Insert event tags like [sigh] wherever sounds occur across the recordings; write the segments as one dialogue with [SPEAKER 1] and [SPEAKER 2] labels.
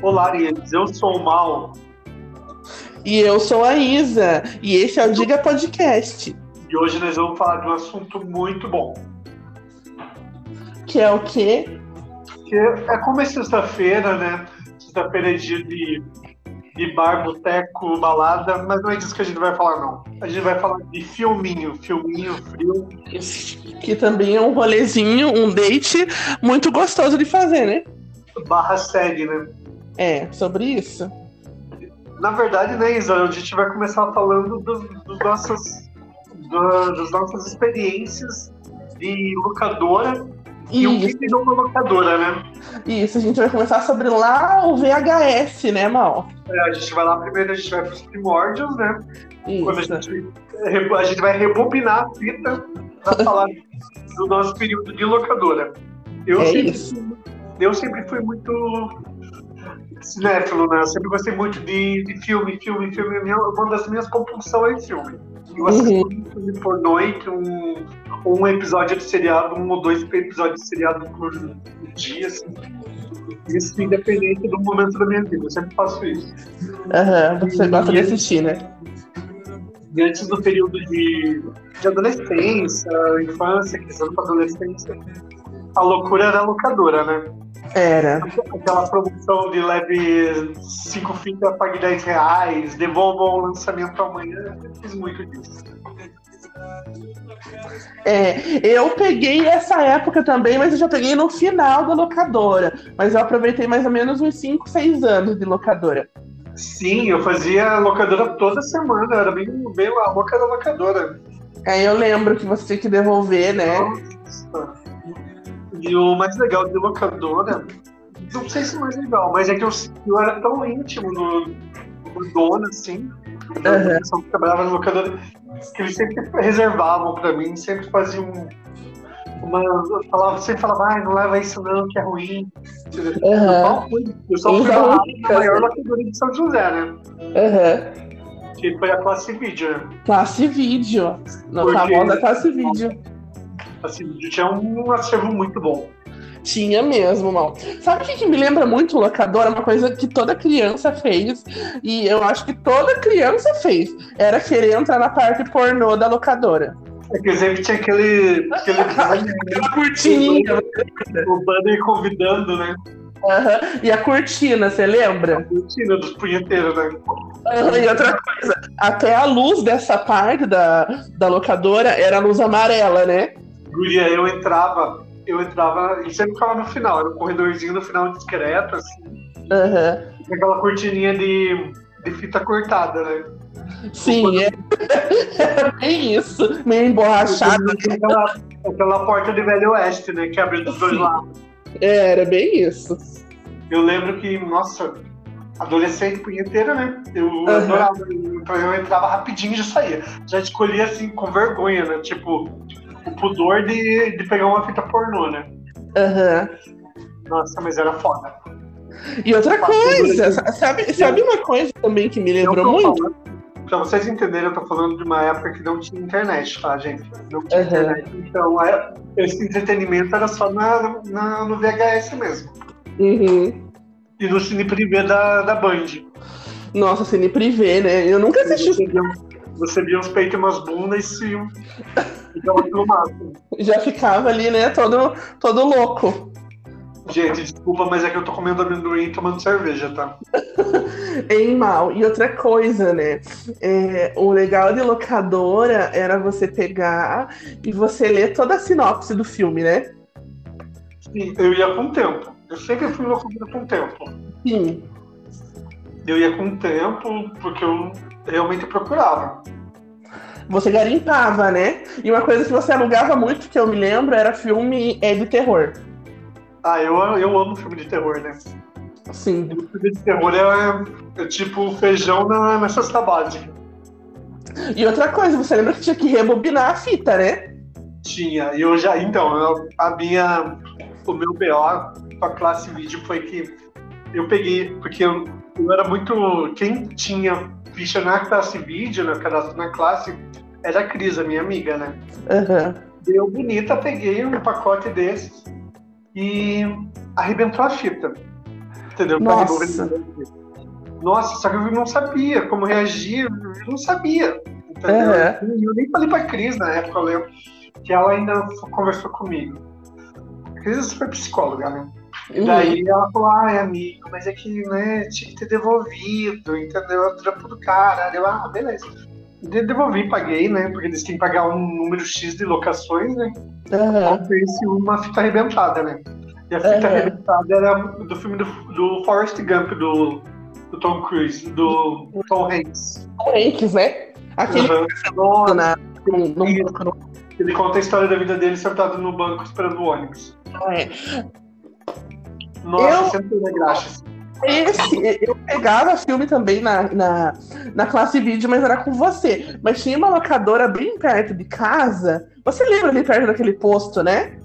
[SPEAKER 1] Olá, Arias, eu sou o Mal.
[SPEAKER 2] E eu sou a Isa, e este é o Diga Podcast,
[SPEAKER 1] E hoje nós vamos falar de um assunto muito bom.
[SPEAKER 2] que é o quê?
[SPEAKER 1] Porque é como é sexta-feira, né? Sexta-feira é dia de, de bar, boteco, balada, mas não é disso que a gente vai falar, não. A gente vai falar de filminho, filminho frio.
[SPEAKER 2] Que também é um rolezinho, um date muito gostoso de fazer, né?
[SPEAKER 1] barra série, né?
[SPEAKER 2] É, sobre isso.
[SPEAKER 1] Na verdade, né, Isa, a gente vai começar falando dos, dos nossos, do- das nossas experiências de locadora e um o
[SPEAKER 2] Isso,
[SPEAKER 1] que virou uma locadora, né?
[SPEAKER 2] isso, a gente vai começar sobre lá o VHS, né, Mal?
[SPEAKER 1] É, A gente vai lá primeiro, a gente vai pros primórdios, né? Quando a
[SPEAKER 2] Isso.
[SPEAKER 1] gente, re- a gente vai rebobinar a fita
[SPEAKER 2] [laughs]
[SPEAKER 1] pra falar do nosso período de locadora. Eu,
[SPEAKER 2] É
[SPEAKER 1] sempre,
[SPEAKER 2] isso.
[SPEAKER 1] eu sempre fui muito cinéfilo, né? Eu sempre gostei muito de, de filme, filme, filme. Minha- Uma das minhas compulsões é filme. Eu assisto
[SPEAKER 2] Uhum.
[SPEAKER 1] um filme por noite, um, um episódio de seriado, um ou dois episódios de seriado por dia, assim. Isso independente do momento da minha vida, eu sempre faço isso.
[SPEAKER 2] Aham, você gosta de assistir, né?
[SPEAKER 1] E antes do período de, de adolescência, infância, crescendo para adolescência, a loucura era locadora, né?
[SPEAKER 2] Era.
[SPEAKER 1] Aquela promoção de leve 5 fitas, pague 10 reais, devolva o lançamento amanhã, eu fiz muito disso.
[SPEAKER 2] É, eu peguei essa época também, mas eu já peguei no final da locadora. Mas eu aproveitei mais ou menos uns 5, 6 anos de locadora.
[SPEAKER 1] Sim, eu fazia locadora toda semana, era bem, bem a boca da locadora.
[SPEAKER 2] Aí eu lembro que você tinha que devolver, né?
[SPEAKER 1] Nossa. E o mais legal de locadora, não sei se é mais legal, mas é que eu, eu era tão íntimo do, do dono, assim, da
[SPEAKER 2] Aham.
[SPEAKER 1] pessoa que trabalhava no locadora, que eles sempre reservavam pra mim, sempre faziam um- uma. Eu falava, sempre falava, ai, não leva isso não, que é ruim. Eu
[SPEAKER 2] Aham,
[SPEAKER 1] só fui- Eu só
[SPEAKER 2] Eles
[SPEAKER 1] fui
[SPEAKER 2] eram [laughs]
[SPEAKER 1] lá na
[SPEAKER 2] ricas,
[SPEAKER 1] maior
[SPEAKER 2] né?
[SPEAKER 1] locadora de São José, né?
[SPEAKER 2] aham.
[SPEAKER 1] Que foi a classe vídeo, né?
[SPEAKER 2] Classe vídeo. Na
[SPEAKER 1] Porque-
[SPEAKER 2] famosa classe vídeo.
[SPEAKER 1] Assim, tinha um acervo muito bom.
[SPEAKER 2] Tinha mesmo, mal. Sabe o que, que me lembra muito locadora? Uma coisa que toda criança fez. E eu acho que toda criança fez. Era querer entrar na parte pornô da locadora.
[SPEAKER 1] É que sempre tinha aquele.
[SPEAKER 2] [laughs]
[SPEAKER 1] aquele banner, né?
[SPEAKER 2] Aquela cortininha.
[SPEAKER 1] O banner convidando, né?
[SPEAKER 2] aham. E a cortina, você lembra?
[SPEAKER 1] Mentira dos punheteiros, né?
[SPEAKER 2] Aham, E outra coisa, até a luz dessa parte da, da locadora era a luz amarela, né?
[SPEAKER 1] Guria, eu entrava, eu entrava, e sempre ficava no final, era um corredorzinho no final discreto, assim,
[SPEAKER 2] Aham.
[SPEAKER 1] com aquela cortininha de, de fita cortada, né?
[SPEAKER 2] Sim, é. [laughs] é bem isso. Meio emborrachado.
[SPEAKER 1] Tinha Aquela, aquela porta de Velho Oeste, né? Que abre dos dois
[SPEAKER 2] Sim.
[SPEAKER 1] lados.
[SPEAKER 2] É, era bem isso.
[SPEAKER 1] Eu lembro que, nossa, adolescente punheteiro, né? Eu
[SPEAKER 2] Aham.
[SPEAKER 1] adorava, então eu entrava rapidinho e já saía. Já escolhia assim, com vergonha, né? Tipo, o pudor de, de pegar uma fita pornô, né?
[SPEAKER 2] Aham.
[SPEAKER 1] Nossa, mas era foda.
[SPEAKER 2] E outra coisa, sa- sabe, sabe uma coisa também que me
[SPEAKER 1] Eu
[SPEAKER 2] lembrou
[SPEAKER 1] tô
[SPEAKER 2] muito?
[SPEAKER 1] falando- Pra vocês entenderem, eu tô falando de uma época que não tinha internet, tá, gente? Não tinha
[SPEAKER 2] Aham.
[SPEAKER 1] internet. Então, é- esse entretenimento era só na, na- no VHS mesmo.
[SPEAKER 2] Uhum.
[SPEAKER 1] E no Cine Privé da, da Band.
[SPEAKER 2] Nossa, Cine Privé, né? Eu nunca assisti.
[SPEAKER 1] Você via, você via uns peitos e umas bundas e se ficava pelo máximo.
[SPEAKER 2] Já ficava ali, né? Todo, todo louco.
[SPEAKER 1] Gente, desculpa, mas é que eu tô comendo amendoim e tomando cerveja, tá?
[SPEAKER 2] Em mal. E outra coisa, né? É, o legal de locadora era você pegar e você ler toda a sinopse do filme, né?
[SPEAKER 1] Sim, eu ia com o tempo. Eu sempre fui uma comida com o tempo.
[SPEAKER 2] Sim.
[SPEAKER 1] Eu ia com o tempo porque eu realmente procurava.
[SPEAKER 2] Você garimpava, né? E uma coisa que você alugava muito, que eu me lembro, era filme é, de terror.
[SPEAKER 1] Ah, eu, eu amo filme de terror, né?
[SPEAKER 2] Sim.
[SPEAKER 1] Filme de terror é, é tipo feijão na, na cesta básica.
[SPEAKER 2] E outra coisa, você lembra que tinha que rebobinar a fita, né?
[SPEAKER 1] Tinha. E eu já. Então, eu- a minha. O meu BO com a classe vídeo foi que eu peguei. Porque eu, eu era muito. Quem tinha ficha na classe vídeo, na, cadastro na classe, era a Cris, a minha amiga, né?
[SPEAKER 2] Aham.
[SPEAKER 1] Deu bonita, peguei um pacote desses e arrebentou a fita. entendeu? Pra
[SPEAKER 2] Nossa.
[SPEAKER 1] remover. Nossa, só que eu não sabia como reagir, eu não sabia.
[SPEAKER 2] Tá
[SPEAKER 1] Entendeu? Eu nem falei pra Cris na época, eu lembro, que ela ainda conversou comigo. A Cris é super psicóloga, né?
[SPEAKER 2] Uhum.
[SPEAKER 1] Daí ela falou, ai amigo, mas é que né, tinha que ter devolvido, entendeu? É o trampo do cara. Daí Eu, ah, beleza. De- Devolvi, paguei, né? Porque eles têm que pagar um número X de locações, né?
[SPEAKER 2] Aham.
[SPEAKER 1] Comprei-se uma fita arrebentada, né? E a fita
[SPEAKER 2] Tá. Aham.
[SPEAKER 1] arrebentada era do filme do, do Forrest Gump, do, do Tom Cruise, do Tom Hanks.
[SPEAKER 2] Hanks, né? Aquele
[SPEAKER 1] Uhum.
[SPEAKER 2] que
[SPEAKER 1] Nossa,
[SPEAKER 2] na, num, num
[SPEAKER 1] Isso.
[SPEAKER 2] banco né? no-
[SPEAKER 1] Ele conta a história da vida dele sentado no banco esperando o ônibus.
[SPEAKER 2] é.
[SPEAKER 1] Nossa,
[SPEAKER 2] Eu-
[SPEAKER 1] sempre na graxa.
[SPEAKER 2] Esse, assim, eu pegava filme também na, na, na classe vídeo, mas era com você. Mas tinha uma locadora bem perto de casa. Você lembra ali perto daquele posto, né?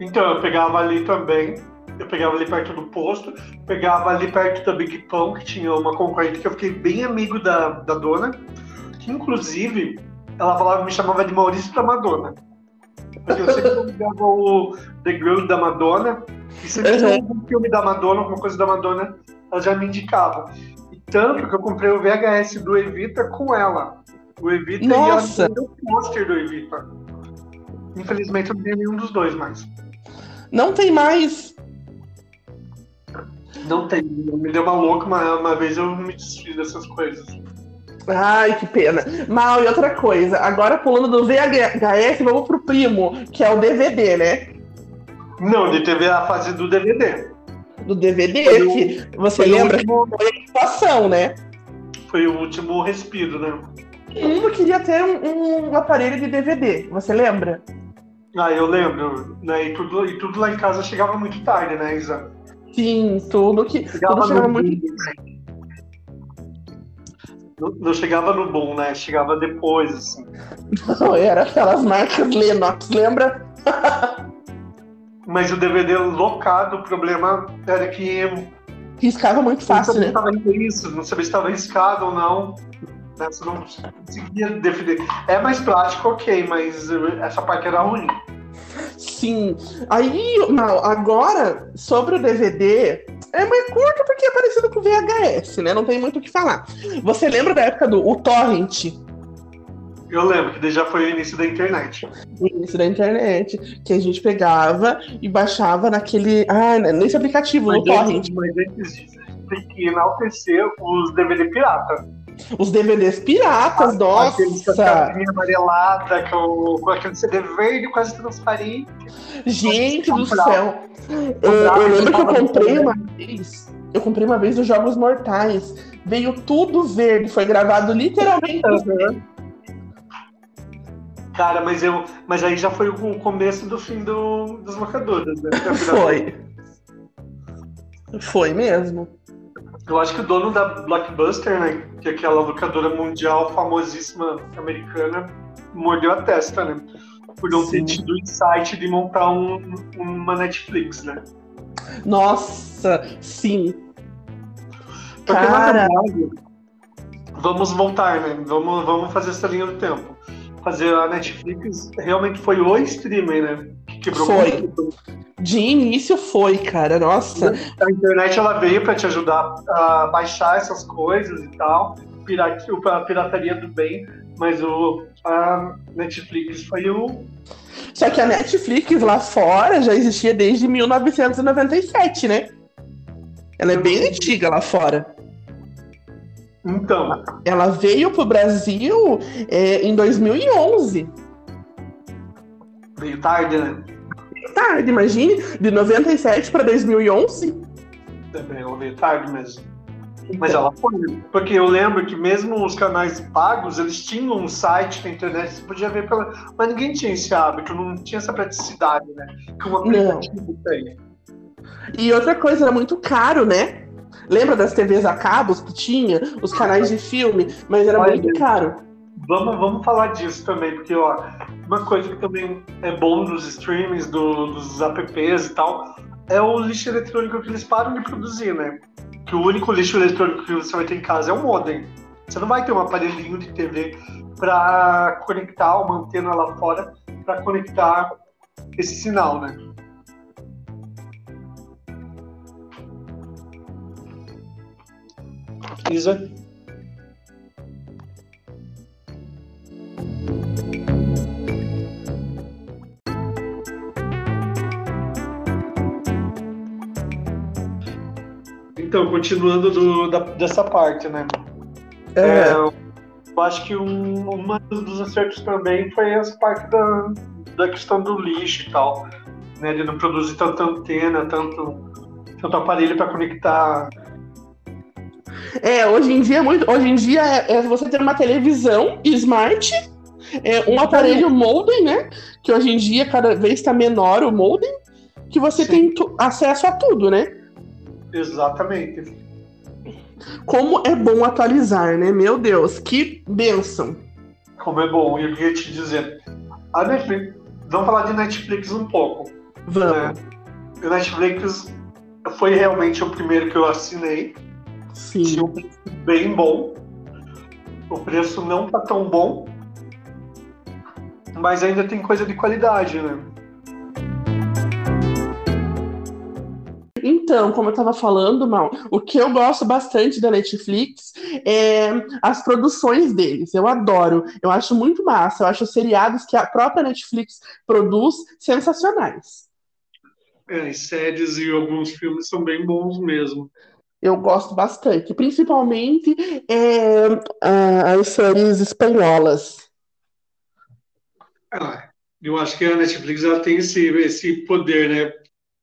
[SPEAKER 1] Então, eu pegava ali também. Eu pegava ali perto do posto, pegava ali perto da Big Pão, que tinha uma concorrente que eu fiquei bem amigo da, da dona, que inclusive ela falava, me chamava de Maurício da Madonna. Porque eu sempre ligava o The Grill da Madonna, e sempre tinha algum filme da Madonna, alguma coisa da Madonna, ela já me indicava. E tanto que eu comprei o VHS do Evita com ela. O Evita
[SPEAKER 2] Nossa!
[SPEAKER 1] e ela me deu o pôster do Evita. Infelizmente eu não tenho nenhum dos dois mais.
[SPEAKER 2] Não tem mais.
[SPEAKER 1] Não tem. Me deu uma louca, uma, uma vez eu me desfiz dessas coisas.
[SPEAKER 2] Ai, que pena. Mal, e outra coisa. Agora pulando do VHS, vamos pro primo, que é o DVD, né?
[SPEAKER 1] Não, de TV é a fase do DVD.
[SPEAKER 2] Do DVD,
[SPEAKER 1] Foi o-
[SPEAKER 2] que você
[SPEAKER 1] Foi o,
[SPEAKER 2] lembra que
[SPEAKER 1] último,
[SPEAKER 2] foi a situação, né?
[SPEAKER 1] foi o último respiro, né?
[SPEAKER 2] O mundo queria ter um, um aparelho de DVD, você lembra?
[SPEAKER 1] Ah, eu lembro. Né? E, tudo, e tudo lá em casa chegava muito tarde, né, Isa?
[SPEAKER 2] Sim, tudo que.
[SPEAKER 1] Chegava
[SPEAKER 2] Tudo chegava
[SPEAKER 1] no
[SPEAKER 2] muito
[SPEAKER 1] boom. Não, não chegava no bom, né? Chegava depois, assim.
[SPEAKER 2] Não, [laughs] era aquelas marcas Lenox, lembra?
[SPEAKER 1] Mas o DVD locado, o problema era que
[SPEAKER 2] Riscava muito fácil, né?
[SPEAKER 1] não sabia se tava isso, não sabia se estava riscado ou não. Né? Você não conseguia definir. É mais prático, ok, mas eh, essa parte era ruim.
[SPEAKER 2] Sim. Aí, Mal, agora, sobre o DVD, é mais curto porque é parecido com o VHS, né? Não tem muito o que falar. Você lembra da época do o Torrent?
[SPEAKER 1] Eu lembro que daí já foi o início da internet.
[SPEAKER 2] no início da internet, que a gente pegava e baixava naquele. Ah, nesse aplicativo,
[SPEAKER 1] Mas
[SPEAKER 2] no Torrent.
[SPEAKER 1] antes, mas antes disso, a gente tem que enaltecer os DVD pirata.
[SPEAKER 2] Os DVDs piratas,
[SPEAKER 1] Aqueles com a
[SPEAKER 2] nossa!
[SPEAKER 1] capinha amarelada, com, com aquele CD verde quase transparente.
[SPEAKER 2] Gente do
[SPEAKER 1] Comprava.
[SPEAKER 2] céu! Eu, eu lembro que eu
[SPEAKER 1] Comprava.
[SPEAKER 2] comprei uma vez. Eu comprei uma vez os Jogos Mortais. Veio tudo verde, foi gravado literalmente.
[SPEAKER 1] Cara, mas eu. Mas aí já foi o começo do fim do, dos locadores, né? Porque, afinal,
[SPEAKER 2] Foi. Foi mesmo.
[SPEAKER 1] Eu acho que o dono da Blockbuster, né? Que é aquela locadora mundial famosíssima americana, mordeu a testa, né? Por não ter
[SPEAKER 2] Sim.
[SPEAKER 1] tido o insight de montar um- uma Netflix, né?
[SPEAKER 2] Nossa, sim.
[SPEAKER 1] Porque, na
[SPEAKER 2] Cara.
[SPEAKER 1] verdade, vamos voltar, né? Vamos, vamos fazer essa linha do tempo. Fazer a Netflix realmente foi o streamer, né? Que quebrou
[SPEAKER 2] Foi.
[SPEAKER 1] muito.
[SPEAKER 2] De início foi, cara. Nossa.
[SPEAKER 1] A internet ela veio para te ajudar a baixar essas coisas e tal. Pirati, a pirataria do bem, mas o, a Netflix foi o.
[SPEAKER 2] Só que a Netflix lá fora já existia desde 1997, né? Ela é bem antiga lá fora.
[SPEAKER 1] Então,
[SPEAKER 2] Ela veio pro Brasil é, em 2011.
[SPEAKER 1] veio tarde, né?
[SPEAKER 2] Tarde, imagine, de 97 para 2011.
[SPEAKER 1] Também ela veio tarde mesmo. Mas ela foi. Porque eu lembro que mesmo os canais pagos, eles tinham um site na internet, você podia ver pela. Mas ninguém tinha esse hábito, não tinha essa praticidade, né? Que um aplicativo tem.
[SPEAKER 2] E outra coisa, era muito caro, né? Lembra das TVs a cabos que tinha? Os canais de filme, mas era
[SPEAKER 1] Olha.
[SPEAKER 2] muito caro.
[SPEAKER 1] Vamos, vamos falar disso também, porque ó, uma coisa que também é bom dos streamings, do- dos apps e tal, é o lixo eletrônico que eles param de produzir, né? Que o único lixo eletrônico que você vai ter em casa é o modem. Você não vai ter um aparelhinho de TV para conectar uma antena lá fora para conectar esse sinal, né? Isa. Então, continuando do- da- dessa parte, né? É, eu acho que um, uma dos acertos também foi essa parte da, da questão do lixo e tal, né? De não produzir tanta antena, tanto, tanto aparelho para conectar.
[SPEAKER 2] É, hoje em dia é muito. Hoje em dia é, é você ter uma televisão smart, é, um aparelho modem, né? Que hoje em dia cada vez está menor o modem, que você
[SPEAKER 1] Sim.
[SPEAKER 2] tem tu- acesso a tudo, né?
[SPEAKER 1] Exatamente.
[SPEAKER 2] Como é bom atualizar, né? Meu Deus, que bênção.
[SPEAKER 1] Como é bom, e eu ia te dizer. A Netflix, vamos falar de Netflix um pouco. né?
[SPEAKER 2] Vamos.
[SPEAKER 1] É. O Netflix foi realmente o primeiro que eu assinei.
[SPEAKER 2] Sim.
[SPEAKER 1] Tinha um preço bem bom. O preço não tá tão bom. Mas ainda tem coisa de qualidade, né?
[SPEAKER 2] Então, como eu estava falando, Mal, o que eu gosto bastante da Netflix é as produções deles. Eu adoro, eu acho muito massa, eu acho os seriados que a própria Netflix produz sensacionais.
[SPEAKER 1] É, e séries e alguns filmes são bem bons mesmo.
[SPEAKER 2] Eu gosto bastante, principalmente é, ah, as séries espanholas.
[SPEAKER 1] Ah, eu acho que a Netflix ela tem esse, esse poder, né?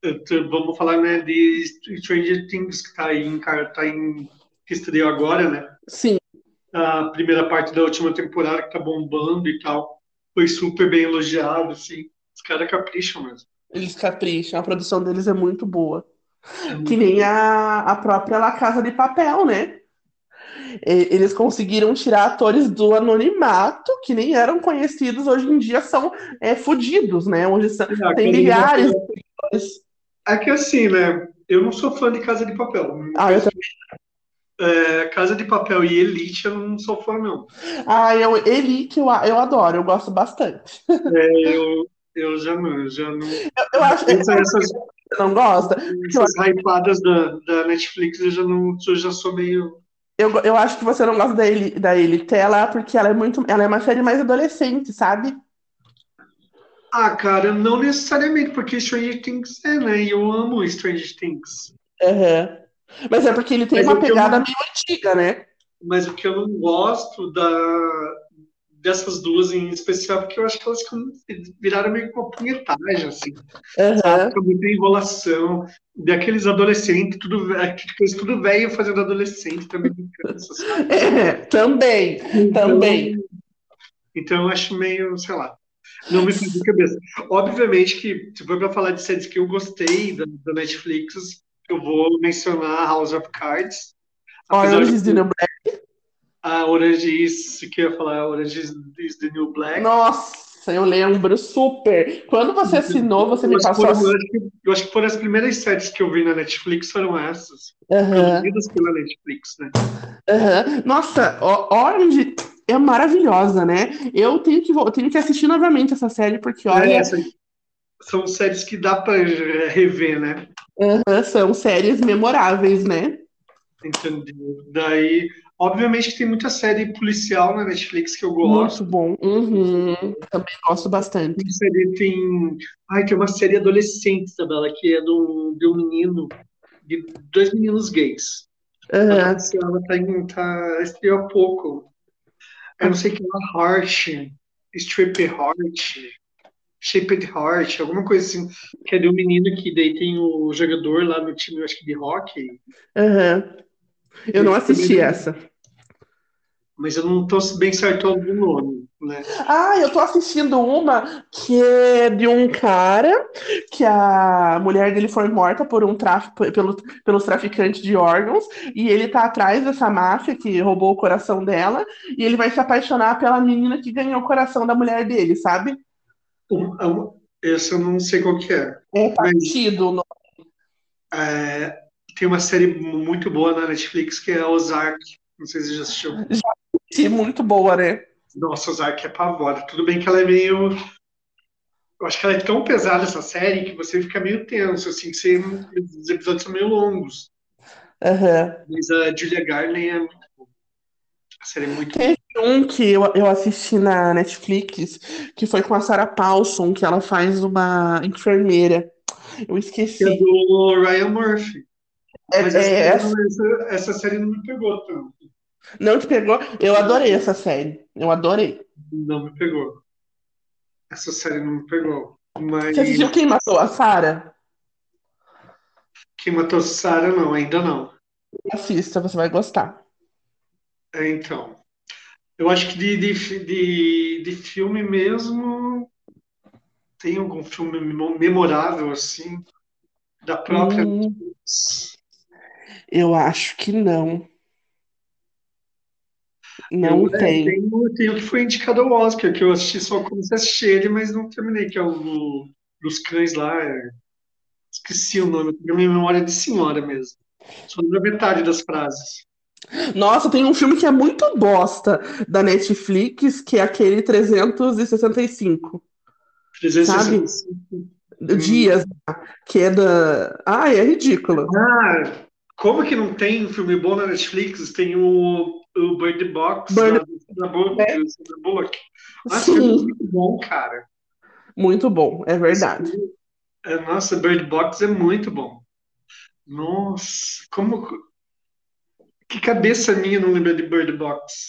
[SPEAKER 1] Eu tô- Vamos falar né, de Stranger Things, que tá aí em, car- tá em que estreou agora, né?
[SPEAKER 2] Sim,
[SPEAKER 1] a primeira parte da última temporada que tá bombando e tal. Foi super bem elogiado, assim. Os caras capricham mesmo.
[SPEAKER 2] eles capricham, a produção deles é muito boa. Que nem a, a própria La Casa de Papel, né? E- Eles conseguiram tirar atores do anonimato, que nem eram conhecidos, hoje em dia são é, fudidos, né? Hoje são,
[SPEAKER 1] Ah,
[SPEAKER 2] tem
[SPEAKER 1] que-
[SPEAKER 2] milhares de atores.
[SPEAKER 1] É que assim, né? Eu não sou fã de Casa de Papel.
[SPEAKER 2] Ah, eu,
[SPEAKER 1] É, Casa de Papel e Elite eu não sou fã, não.
[SPEAKER 2] tam- ah, eu, Elite, eu, a- eu adoro, eu gosto bastante.
[SPEAKER 1] Eu, eu já não, eu já não.
[SPEAKER 2] Eu, eu acho que é
[SPEAKER 1] Essa- essas
[SPEAKER 2] você não gosta.
[SPEAKER 1] essas
[SPEAKER 2] é
[SPEAKER 1] hypadas da, da Netflix eu já não. Eu já sou meio.
[SPEAKER 2] Eu, go- eu acho que você não gosta da, Eli, da Elite, ela, porque ela é muito, ela é uma série mais adolescente, sabe?
[SPEAKER 1] Ah, cara, não necessariamente, porque Stranger Things é, né? E eu amo Stranger Things.
[SPEAKER 2] Aham. Mas é porque ele tem
[SPEAKER 1] Mas
[SPEAKER 2] uma
[SPEAKER 1] eu- eu não-
[SPEAKER 2] pegada meio antiga, né?
[SPEAKER 1] Mas o que eu não gosto da, dessas duas em especial, porque eu acho que elas ficam- viraram meio que uma punhetagem, assim.
[SPEAKER 2] Aham.
[SPEAKER 1] Fica muita enrolação. Daqueles adolescentes, tudo, ve- aqueles tudo velho fazendo adolescente também me cansa. sabe?
[SPEAKER 2] É, [laughs] também, também.
[SPEAKER 1] Então eu acho meio, sei lá. Não me faz de cabeça. Obviamente que, se for pra falar de séries que eu gostei da, da Netflix, eu vou mencionar House of Cards. Apesar
[SPEAKER 2] Orange
[SPEAKER 1] de-
[SPEAKER 2] is the New Black.
[SPEAKER 1] A Orange is, que eu ia falar, Orange is, is the New Black.
[SPEAKER 2] Nossa, eu lembro super. Quando você assinou, você me
[SPEAKER 1] Eu acho que
[SPEAKER 2] passou.
[SPEAKER 1] foram- eu,
[SPEAKER 2] as-
[SPEAKER 1] acho que, eu acho que foram as primeiras séries que eu vi na Netflix, foram essas.
[SPEAKER 2] Aham,
[SPEAKER 1] Produzidas pela Netflix, né?
[SPEAKER 2] aham. Nossa, o- Orange é maravilhosa, né? Eu tenho que, vo- tenho que assistir novamente essa série, porque
[SPEAKER 1] É,
[SPEAKER 2] olha,
[SPEAKER 1] essas- são séries que dá pra eh, rever, né?
[SPEAKER 2] aham, são séries memoráveis, né?
[SPEAKER 1] Entendeu? Daí, obviamente que tem muita série policial na Netflix que eu gosto.
[SPEAKER 2] Muito bom. Uhum, Também gosto bastante.
[SPEAKER 1] Tem série- Tem, ai, tem uma série adolescente, Isabela, que é do, de um menino, de dois meninos gays.
[SPEAKER 2] Aham.
[SPEAKER 1] Ela tá em. Tá, estreou há pouco. Eu não sei o que é Heart, Strip Heart, Shaped Heart, alguma coisa assim. Que é de um menino que daí tem o jogador lá no time, eu acho que de hockey.
[SPEAKER 2] aham. Eu não assisti essa.
[SPEAKER 1] Mas eu não tô bem certo do nome, né?
[SPEAKER 2] Ah, eu tô assistindo uma que é de um cara que a mulher dele foi morta por um tráfico, pelo, pelos traficantes de órgãos, e ele tá atrás dessa máfia que roubou o coração dela, e ele vai se apaixonar pela menina que ganhou o coração da mulher dele, sabe?
[SPEAKER 1] Um- um- Esse eu não sei qual que é.
[SPEAKER 2] É
[SPEAKER 1] Mas
[SPEAKER 2] partido. o nome.
[SPEAKER 1] é, tem uma série muito boa na Netflix que é Ozark. Não sei se você já assistiu.
[SPEAKER 2] Sim, muito boa, né?
[SPEAKER 1] Nossa, Ozark é pavora. Tudo bem que ela é meio. Eu acho que ela é tão pesada essa série que você fica meio tenso, assim, que você... os episódios são meio longos.
[SPEAKER 2] Aham.
[SPEAKER 1] Mas a Julia Garland é muito boa. A série é muito
[SPEAKER 2] Teve um que eu, eu assisti na Netflix, que foi com a Sarah Paulson, que ela faz uma enfermeira.
[SPEAKER 1] Que
[SPEAKER 2] Eu
[SPEAKER 1] é
[SPEAKER 2] esqueci.
[SPEAKER 1] do Ryan Murphy.
[SPEAKER 2] É-
[SPEAKER 1] Mas essa,
[SPEAKER 2] é-
[SPEAKER 1] série
[SPEAKER 2] essa-
[SPEAKER 1] não- essa- essa série não me pegou tanto.
[SPEAKER 2] não te pegou? Eu adorei essa série. Eu adorei.
[SPEAKER 1] Não me pegou. Essa série não me pegou. Mas
[SPEAKER 2] Você assistiu Quem Matou a Sarah?
[SPEAKER 1] quem matou Sarah, não, ainda não.
[SPEAKER 2] Assista, você vai gostar.
[SPEAKER 1] É, então. Eu acho que de, de, fi- de, de filme mesmo. Tem algum filme memo- memorável, assim, da própria.
[SPEAKER 2] Hum, eu acho que não. Não
[SPEAKER 1] Eu- é,
[SPEAKER 2] tem.
[SPEAKER 1] Tem, o- tem o que foi indicado ao Oscar, que eu assisti só comecei a assistir ele, mas não terminei, que é o do- dos cães lá. é. Esqueci o nome, porque minha memória é de senhora mesmo. Só na metade das frases.
[SPEAKER 2] Nossa, tem um filme que é muito bosta da Netflix, que é aquele 365
[SPEAKER 1] 365.
[SPEAKER 2] dias, que é da. Ai, é ridículo.
[SPEAKER 1] Ah, como que não tem um filme bom na Netflix? Tem o, o Bird Box
[SPEAKER 2] Bird- né?
[SPEAKER 1] da, da, Bullock. da Bullock. Nossa,
[SPEAKER 2] Sim.
[SPEAKER 1] filme muito bom, cara.
[SPEAKER 2] Muito bom, é verdade.
[SPEAKER 1] É, Nossa, Bird Box é muito bom. Nossa, como. Que cabeça minha não lembra de Bird Box?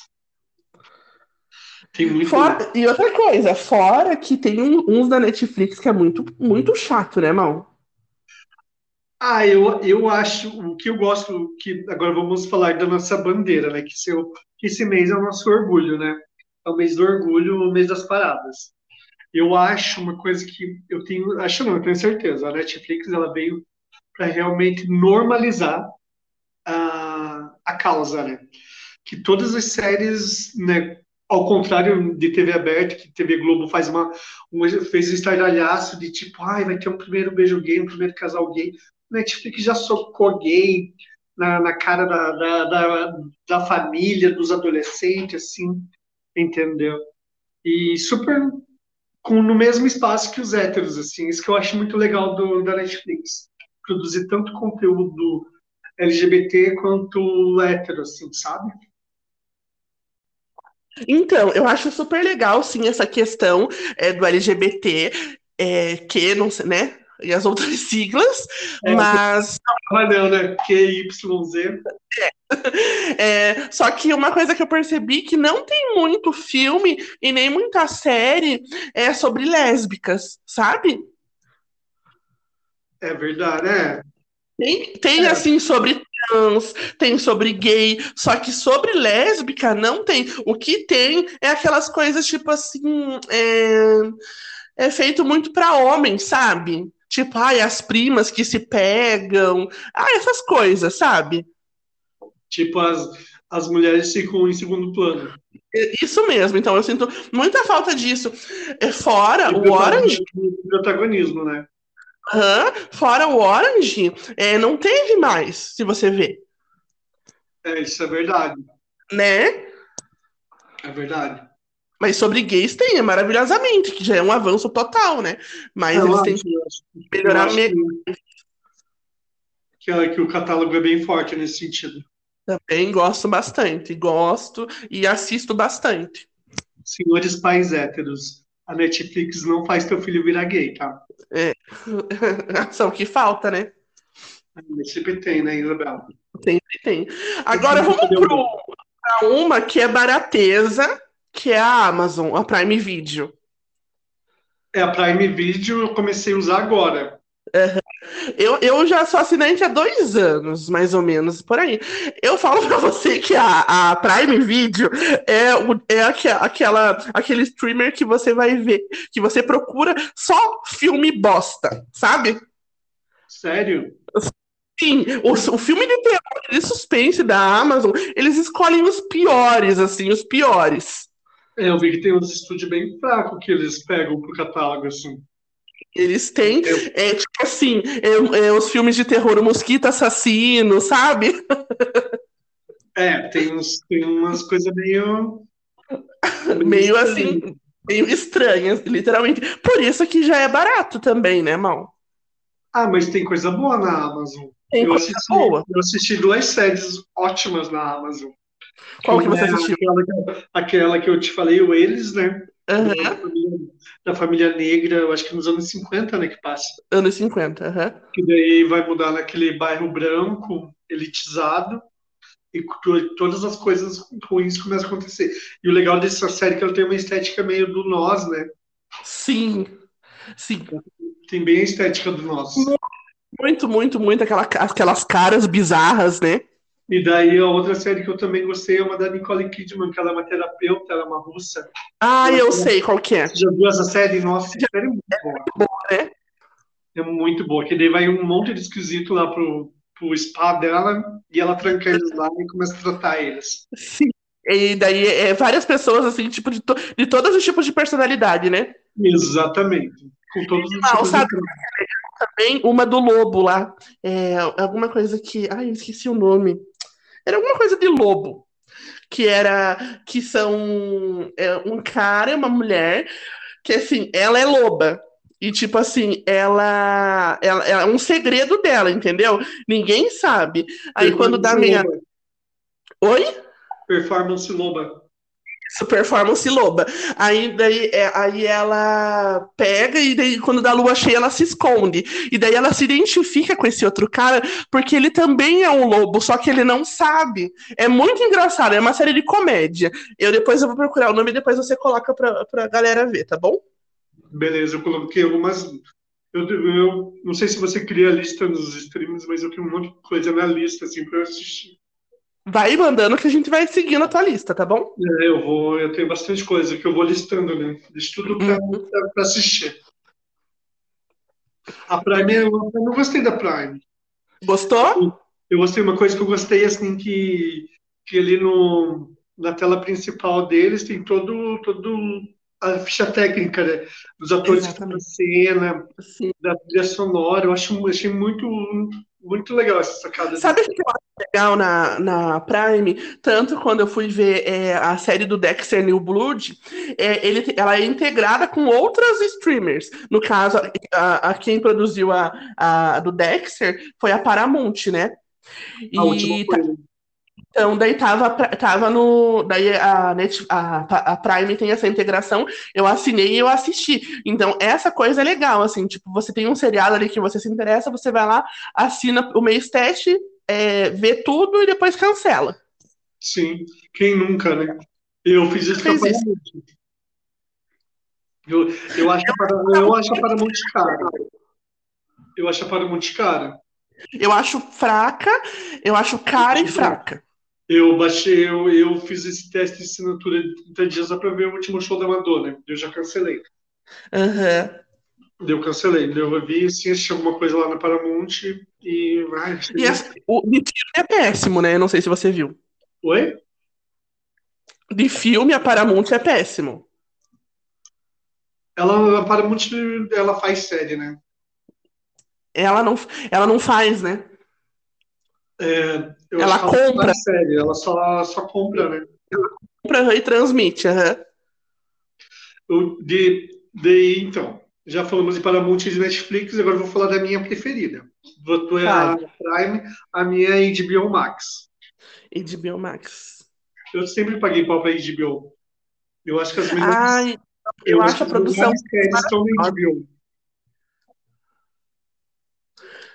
[SPEAKER 1] Tem muito.
[SPEAKER 2] Fora- e outra coisa, fora que tem um- uns da Netflix que é muito, muito chato, né, irmão?
[SPEAKER 1] Ah, eu, eu acho o que eu gosto que agora vamos falar da nossa bandeira, né? Que, seu, que esse mês é o nosso orgulho, né? É o mês do orgulho, o mês das paradas. Eu acho uma coisa que eu tenho, acho não, eu tenho certeza. A Netflix ela veio para realmente normalizar a, a causa, né? Que todas as séries, né? Ao contrário de TV aberta, que TV Globo faz uma, um- fez um estardalhaço de tipo, ai, vai ter um primeiro beijo gay, um primeiro casal gay. Netflix já socou gay na, na cara da, da, da, da família, dos adolescentes, assim, entendeu? E super com, no mesmo espaço que os héteros, assim, isso que eu acho muito legal do, da Netflix, produzir tanto conteúdo LGBT quanto hétero, assim, sabe?
[SPEAKER 2] Então, eu acho super legal, sim, essa questão é, do LGBT, é, que, não sei, né? E as outras [laughs] siglas,
[SPEAKER 1] É,
[SPEAKER 2] mas.
[SPEAKER 1] Mas não, né? QYZ.
[SPEAKER 2] É, só que uma coisa que eu percebi que não tem muito filme e nem muita série é sobre lésbicas, sabe?
[SPEAKER 1] É verdade, é.
[SPEAKER 2] Tem, tem
[SPEAKER 1] É.
[SPEAKER 2] assim sobre trans, tem sobre gay, só que sobre lésbica não tem. O que tem é aquelas coisas tipo assim, é, é feito muito pra homem, sabe? Tipo, ai, as primas que se pegam, ah, essas coisas, sabe?
[SPEAKER 1] Tipo, as, as mulheres ficam em segundo plano.
[SPEAKER 2] Isso mesmo. Então eu sinto muita falta disso. É, Fora
[SPEAKER 1] E
[SPEAKER 2] o Orange,
[SPEAKER 1] protagonismo- Protagonismo, né?
[SPEAKER 2] Aham. Fora o Orange, é, não teve mais, se você ver,
[SPEAKER 1] É, isso é verdade.
[SPEAKER 2] né?
[SPEAKER 1] É verdade.
[SPEAKER 2] Mas sobre gays tem, é maravilhosamente, que já é um avanço total, né? Mas
[SPEAKER 1] Eu
[SPEAKER 2] eles
[SPEAKER 1] acho,
[SPEAKER 2] têm que
[SPEAKER 1] eu acho,
[SPEAKER 2] melhorar
[SPEAKER 1] eu
[SPEAKER 2] me-
[SPEAKER 1] acho que, que, que o catálogo é bem forte nesse sentido.
[SPEAKER 2] também. Gosto bastante, gosto e assisto bastante. [laughs]
[SPEAKER 1] Senhores pais héteros, a Netflix não faz teu filho virar gay, tá?
[SPEAKER 2] São que falta, né?
[SPEAKER 1] Mas Sempre tem, né, Isabela?
[SPEAKER 2] Sempre tem. Agora vamos pro- pra uma que é barateza, que é a Amazon, a Prime Video.
[SPEAKER 1] É a Prime Video, eu comecei a usar agora.
[SPEAKER 2] Eu, eu já sou assinante há dois anos, mais ou menos, por aí. Eu falo pra você que a, a Prime Video é, o- é aque- aquela, aquele streamer que você vai ver, que você procura só filme bosta, sabe?
[SPEAKER 1] Sério?
[SPEAKER 2] Sim, o, o filme de terror de suspense da Amazon, eles escolhem os piores, assim, os piores.
[SPEAKER 1] É, eu vi que tem uns estúdios bem fracos que eles pegam pro catálogo, assim.
[SPEAKER 2] Eles têm,
[SPEAKER 1] Eu-
[SPEAKER 2] é, tipo assim, é- é os filmes de terror, o Mosquito Assassino, sabe?
[SPEAKER 1] É, tem, uns, tem umas coisas meio.
[SPEAKER 2] meio assim, meio estranhas, literalmente. Por isso que já é barato também, né, Mal?
[SPEAKER 1] Ah, mas tem coisa boa na Amazon.
[SPEAKER 2] Tem
[SPEAKER 1] Eu
[SPEAKER 2] coisa
[SPEAKER 1] assisti,
[SPEAKER 2] boa.
[SPEAKER 1] eu assisti duas séries ótimas na Amazon.
[SPEAKER 2] Qual que você
[SPEAKER 1] Uma era
[SPEAKER 2] assistiu?
[SPEAKER 1] Aquela que, aquela que eu te falei, o Eles, né?
[SPEAKER 2] Aham,
[SPEAKER 1] Da, família, da família negra, eu acho que nos anos 50, né, que passa.
[SPEAKER 2] Anos 50, aham.
[SPEAKER 1] Que daí vai mudar naquele bairro branco, elitizado, e to- todas as coisas ruins começam a acontecer. E o legal dessa série é que ela tem uma estética meio do nós, né?
[SPEAKER 2] Sim. Sim.
[SPEAKER 1] Tem bem a estética do nós.
[SPEAKER 2] Uhum. Muito, muito, muito aquela, aquelas caras bizarras, né?
[SPEAKER 1] E daí a outra série que eu também gostei é uma da Nicole Kidman, que ela é uma terapeuta, ela é uma russa.
[SPEAKER 2] Ah, eu sei qual que é.
[SPEAKER 1] Você já viu essa série? Nossa, essa série é muito boa.
[SPEAKER 2] né?
[SPEAKER 1] É muito boa, que daí vai um monte de esquisito lá pro, pro spa dela e ela tranca eles lá e começa a tratar eles.
[SPEAKER 2] Sim. E daí é várias pessoas, assim, tipo, de, to- de todos os tipos de personalidade, né?
[SPEAKER 1] Exatamente. Com todos os
[SPEAKER 2] Ah,
[SPEAKER 1] tipos de
[SPEAKER 2] sabe-
[SPEAKER 1] tra-
[SPEAKER 2] Também uma do lobo lá. É, alguma coisa que. Ai, eu esqueci o nome. Era alguma coisa de lobo. Que era. Que são. é, um cara e uma mulher. Que assim, ela é loba. E tipo assim, ela, ela. É um segredo dela, entendeu? Ninguém sabe. Aí
[SPEAKER 1] Uhum.
[SPEAKER 2] quando dá
[SPEAKER 1] Performance
[SPEAKER 2] meia.
[SPEAKER 1] loba.
[SPEAKER 2] Oi?
[SPEAKER 1] Performance loba.
[SPEAKER 2] Isso, performance loba. Aí, daí, é, aí ela pega e daí, quando dá lua cheia, ela se esconde. E daí ela se identifica com esse outro cara, porque ele também é um lobo, só que ele não sabe. É muito engraçado, é uma série de comédia. Eu depois eu vou procurar o nome e depois você coloca pra, pra galera ver, tá bom?
[SPEAKER 1] Beleza, eu coloquei algumas. Eu, eu não sei se você cria a lista nos streams, mas eu tenho um monte de coisa na lista assim pra eu assistir.
[SPEAKER 2] Vai mandando que a gente vai seguindo a tua lista, tá bom?
[SPEAKER 1] É, eu vou, eu tenho bastante coisa que eu vou listando, né? Deixo tudo pra,
[SPEAKER 2] Uhum.
[SPEAKER 1] pra- pra assistir. A Prime, eu, eu não gostei da Prime.
[SPEAKER 2] Gostou?
[SPEAKER 1] Eu gostei uma coisa que eu gostei assim que que ali no na tela principal deles tem todo todo a ficha técnica, né? Dos atores que estão na
[SPEAKER 2] Exatamente.
[SPEAKER 1] cena,
[SPEAKER 2] Sim.
[SPEAKER 1] da trilha sonora. Eu acho, achei muito muito legal essa sacada.
[SPEAKER 2] Sabe o que eu acho legal na, na Prime? Tanto quando eu fui ver é, a série do Dexter New Blood, é, ele, te- ela é integrada com outras streamers. No caso, a, a- a quem produziu a, a do Dexter foi a Paramount, né?
[SPEAKER 1] a última
[SPEAKER 2] E tá-
[SPEAKER 1] coisa.
[SPEAKER 2] então daí tava, pra- tava no. Daí a, Net, a, Pa- a Prime tem essa integração, eu assinei e eu assisti. Então, essa coisa é legal, assim, tipo, você tem um seriado ali que você se interessa, você vai lá, assina o mês teste, é, vê tudo e depois cancela.
[SPEAKER 1] Sim, quem nunca, né? Eu fiz isso com a
[SPEAKER 2] Fez isso.
[SPEAKER 1] Paramount. Eu, eu, acho a Paramount, eu acho a Paramount cara. Eu acho a Paramount cara.
[SPEAKER 2] Eu acho fraca, eu acho cara e fraca.
[SPEAKER 1] Eu baixei, eu, eu fiz esse teste de assinatura de 30 dias só pra ver o último show da Madonna. Eu já cancelei.
[SPEAKER 2] Aham.
[SPEAKER 1] Eu cancelei. Eu vi se achei alguma coisa lá na Paramount e. Ai,
[SPEAKER 2] E as- o de filme é péssimo, né? Eu não sei se você viu.
[SPEAKER 1] Oi?
[SPEAKER 2] De filme, a Paramount é péssimo.
[SPEAKER 1] Ela, a Paramount, ela faz série, né?
[SPEAKER 2] Ela não, ela não faz, né?
[SPEAKER 1] É, eu
[SPEAKER 2] Ela
[SPEAKER 1] acho que ela
[SPEAKER 2] compra.
[SPEAKER 1] Faz série, ela só, só compra, né?
[SPEAKER 2] Compra e transmite. aham.
[SPEAKER 1] Eu, de, de, então, já falamos de Paramount e de Netflix, agora eu vou falar da minha preferida. Vou- Tu é a Prime, a minha é HBO Max.
[SPEAKER 2] HBO Max.
[SPEAKER 1] Eu sempre paguei pau pra HBO. Eu acho que as melhores,
[SPEAKER 2] Ai, Ah, eu
[SPEAKER 1] acho
[SPEAKER 2] acho a
[SPEAKER 1] que as
[SPEAKER 2] produção
[SPEAKER 1] melhores séries estão na HBO.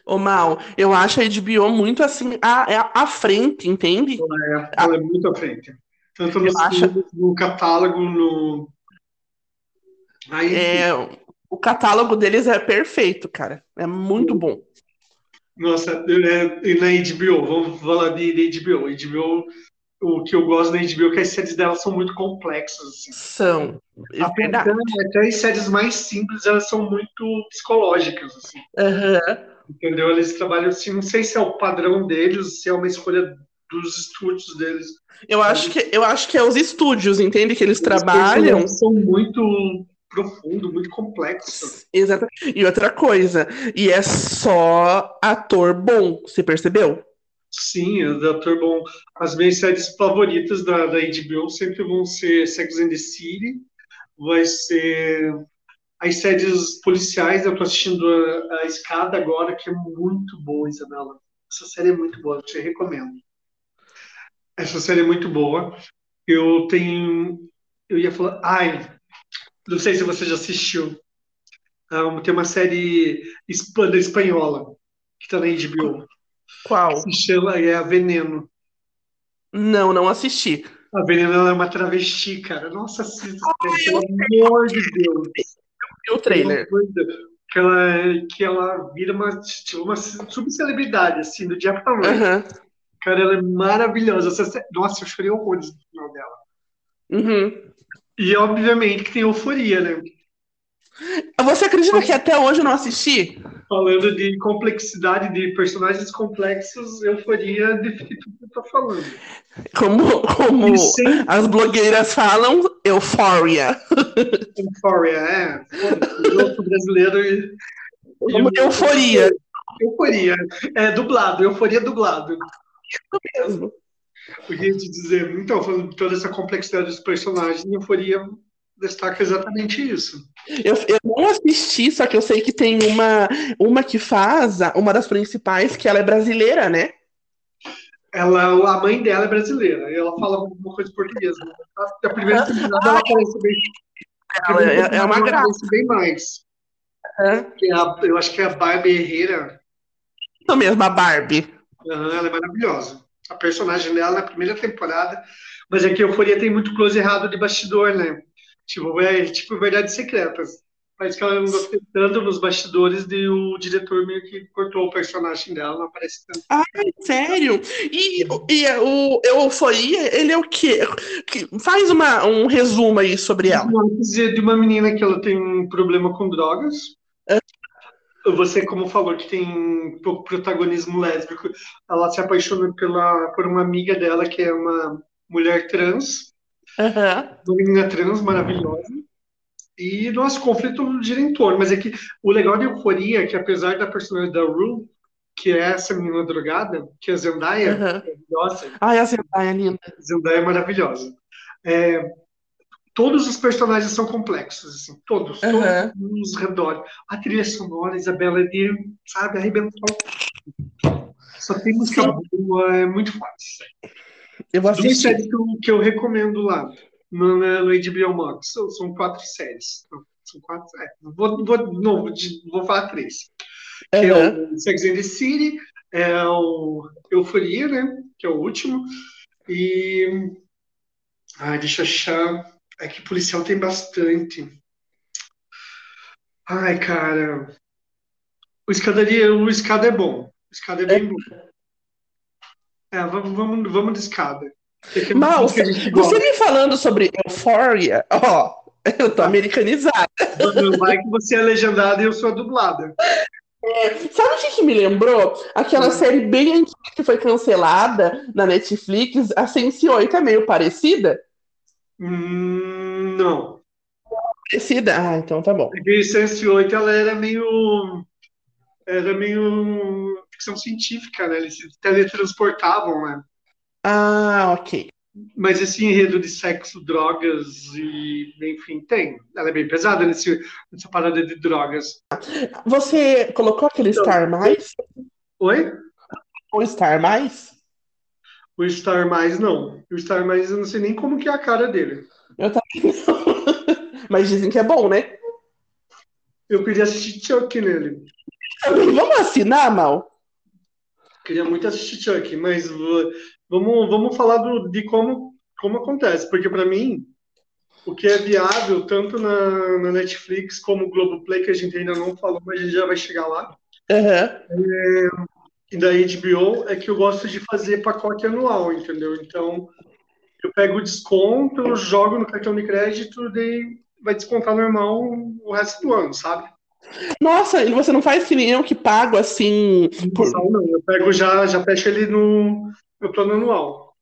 [SPEAKER 2] ô mal. Eu acho a HBO muito assim, a, é a- à frente, entende?
[SPEAKER 1] Ela é, ela é muito à frente. Tanto no,
[SPEAKER 2] Ah. Eu acho-
[SPEAKER 1] no catálogo, no. Aí,
[SPEAKER 2] É, o catálogo deles é perfeito, cara. É muito bom.
[SPEAKER 1] Nossa, é, e na HBO, vamos falar de, de HBO. HBO, o que eu gosto da HBO é que as séries dela são muito complexas, assim.
[SPEAKER 2] São. É
[SPEAKER 1] Até,
[SPEAKER 2] verdade.
[SPEAKER 1] até as né, séries mais simples, elas são muito psicológicas, assim,
[SPEAKER 2] é Aham.
[SPEAKER 1] entendeu? Eles trabalham assim, não sei se é o padrão deles, se é uma escolha dos estúdios deles.
[SPEAKER 2] Eu acho que eu acho que é os estúdios, entende? Que eles trabalham.
[SPEAKER 1] Eles são muito profundo, muito complexo.
[SPEAKER 2] Exato. E outra coisa, e é só ator bom, você percebeu?
[SPEAKER 1] Sim, é do ator bom. As minhas séries favoritas da, da HBO sempre vão ser Sex and the City, vai ser as séries policiais, eu tô assistindo a, a Escada agora, que é muito boa, Isabela. Essa série é muito boa, eu te recomendo. Essa série é muito boa. Eu tenho. Eu ia falar. Ai, não sei se você já assistiu. Ah, tem uma série espan- espanhola que tá na HBO.
[SPEAKER 2] Qual?
[SPEAKER 1] Se chama é a Veneno.
[SPEAKER 2] Não, não assisti.
[SPEAKER 1] A Veneno ela é uma travesti, cara. Nossa, assista, pelo amor de Deus.
[SPEAKER 2] E o trailer?
[SPEAKER 1] Uma coisa Que ela, é, que ela vira uma, tipo, uma subcelebridade, assim, do dia pra noite.
[SPEAKER 2] Aham.
[SPEAKER 1] Cara, ela é maravilhosa. Essa sé- Nossa, eu chorei horrores no final dela.
[SPEAKER 2] Uhum.
[SPEAKER 1] E obviamente que tem euforia, né?
[SPEAKER 2] Você acredita que até hoje eu não assisti?
[SPEAKER 1] Falando de complexidade de personagens complexos, euforia define tudo que eu tô falando.
[SPEAKER 2] Como, como
[SPEAKER 1] E sem
[SPEAKER 2] as blogueiras falam, euforia.
[SPEAKER 1] euforia, é. Outro brasileiro e.
[SPEAKER 2] Como euforia
[SPEAKER 1] Euforia. É dublado, euforia dublado.
[SPEAKER 2] mesmo.
[SPEAKER 1] O que eu ia te dizer, então, falando de toda essa complexidade dos personagens, euforia destaca exatamente isso.
[SPEAKER 2] Eu, eu não assisti, só que eu sei que tem uma, uma que faz, a- uma das principais, que ela é brasileira, né?
[SPEAKER 1] Ela, a mãe dela é brasileira, e ela fala alguma coisa em português. né? A- A primeira temporada ela aparece bem. a
[SPEAKER 2] Ela
[SPEAKER 1] primeira
[SPEAKER 2] é, é uma
[SPEAKER 1] temporada ela
[SPEAKER 2] graça.
[SPEAKER 1] aparece bem mais.
[SPEAKER 2] né?
[SPEAKER 1] Que é a- eu acho que é a Barbie Herrera.
[SPEAKER 2] Isso mesmo, a Barbie.
[SPEAKER 1] Aham, Ela é maravilhosa. A personagem dela na primeira temporada. Mas é que Euforia tem muito close errado de bastidor, né? Tipo, é tipo Verdades Secretas. Mas que ela andou tentando nos bastidores e o diretor meio que cortou o personagem dela, não aparece tanto.
[SPEAKER 2] Sério? E, e é o Euforia, ele é o quê? Que- Faz uma, um resumo aí sobre ela.
[SPEAKER 1] Antes de de uma menina que ela tem um problema com drogas. Você, como falou, que tem pouco protagonismo lésbico, ela se apaixona pela, por uma amiga dela, que é uma mulher trans,
[SPEAKER 2] Aham.
[SPEAKER 1] uma menina trans maravilhosa. E nosso conflito gira em torno. Mas é que o legal de Euforia é que, apesar da personagem da Rue, que é essa menina drogada, que é a Zendaya,
[SPEAKER 2] aham.
[SPEAKER 1] nossa,
[SPEAKER 2] Ai, a Zendaya é linda.
[SPEAKER 1] Zendaya é maravilhosa. É, todos os personagens são complexos, assim, todos,
[SPEAKER 2] Aham.
[SPEAKER 1] todos os redores. A trilha sonora, Isabela, ele, sabe, arrebentou. Só tem música boa, é muito fácil.
[SPEAKER 2] Eu vou
[SPEAKER 1] Duas
[SPEAKER 2] assistir.
[SPEAKER 1] séries que eu, que eu recomendo lá é, no, na- no HBO Max. São, são quatro séries. Não, São quatro. É, vou, vou, não, vou de- vou falar três. Que é
[SPEAKER 2] Aham.
[SPEAKER 1] o Sex and the City, é o Euforia, né? Que é o último. E. Ah, deixa eu achar. É que policial tem bastante. Ai, cara. O escadaria, o escada é bom. O escada é bem bom. É, vamos, vamos, vamos de escada. Porque é uma
[SPEAKER 2] Mal,
[SPEAKER 1] coisa que a gente gosta.
[SPEAKER 2] Você me falando sobre Euphoria, ó, eu tô americanizada.
[SPEAKER 1] Não vai que você é legendada e eu sou a dublada.
[SPEAKER 2] Sabe o que, que me lembrou? Aquela
[SPEAKER 1] Hum.
[SPEAKER 2] série bem antiga que foi cancelada na Netflix, a Sense 8 é meio parecida?
[SPEAKER 1] Hum, não.
[SPEAKER 2] Parecida? Ah, então tá bom.
[SPEAKER 1] Porque CS8 ela era meio. Era meio ficção científica, né? Eles se teletransportavam, né?
[SPEAKER 2] Ah, ok.
[SPEAKER 1] Mas esse enredo de sexo, drogas e, enfim, tem. Ela é bem pesada nesse, nessa parada de drogas.
[SPEAKER 2] Você colocou aquele
[SPEAKER 1] Então,
[SPEAKER 2] Star Mais?
[SPEAKER 1] Oi?
[SPEAKER 2] Ou Star Mais?
[SPEAKER 1] O Star Mais não. O Star Mais eu não sei nem como que é a cara dele.
[SPEAKER 2] Eu também [laughs] não. Mas dizem que é bom, né?
[SPEAKER 1] Eu queria assistir Chuck nele.
[SPEAKER 2] Também vamos assinar, Mal?
[SPEAKER 1] Queria muito assistir Chuck, mas v- vamos, vamos falar do- de como, como acontece, porque para mim o que é viável tanto na, na Netflix como o Globoplay, que a gente ainda não falou, mas a gente já vai chegar lá,
[SPEAKER 2] Aham.
[SPEAKER 1] e da HBO, é que eu gosto de fazer pacote anual, entendeu? Então eu pego o desconto, eu jogo no cartão de crédito, daí vai descontar normal o resto do ano, sabe?
[SPEAKER 2] Nossa, e você não faz que nem eu que pago assim. por-
[SPEAKER 1] Mensal não, Então, eu pego já, já fecho ele no meu plano anual.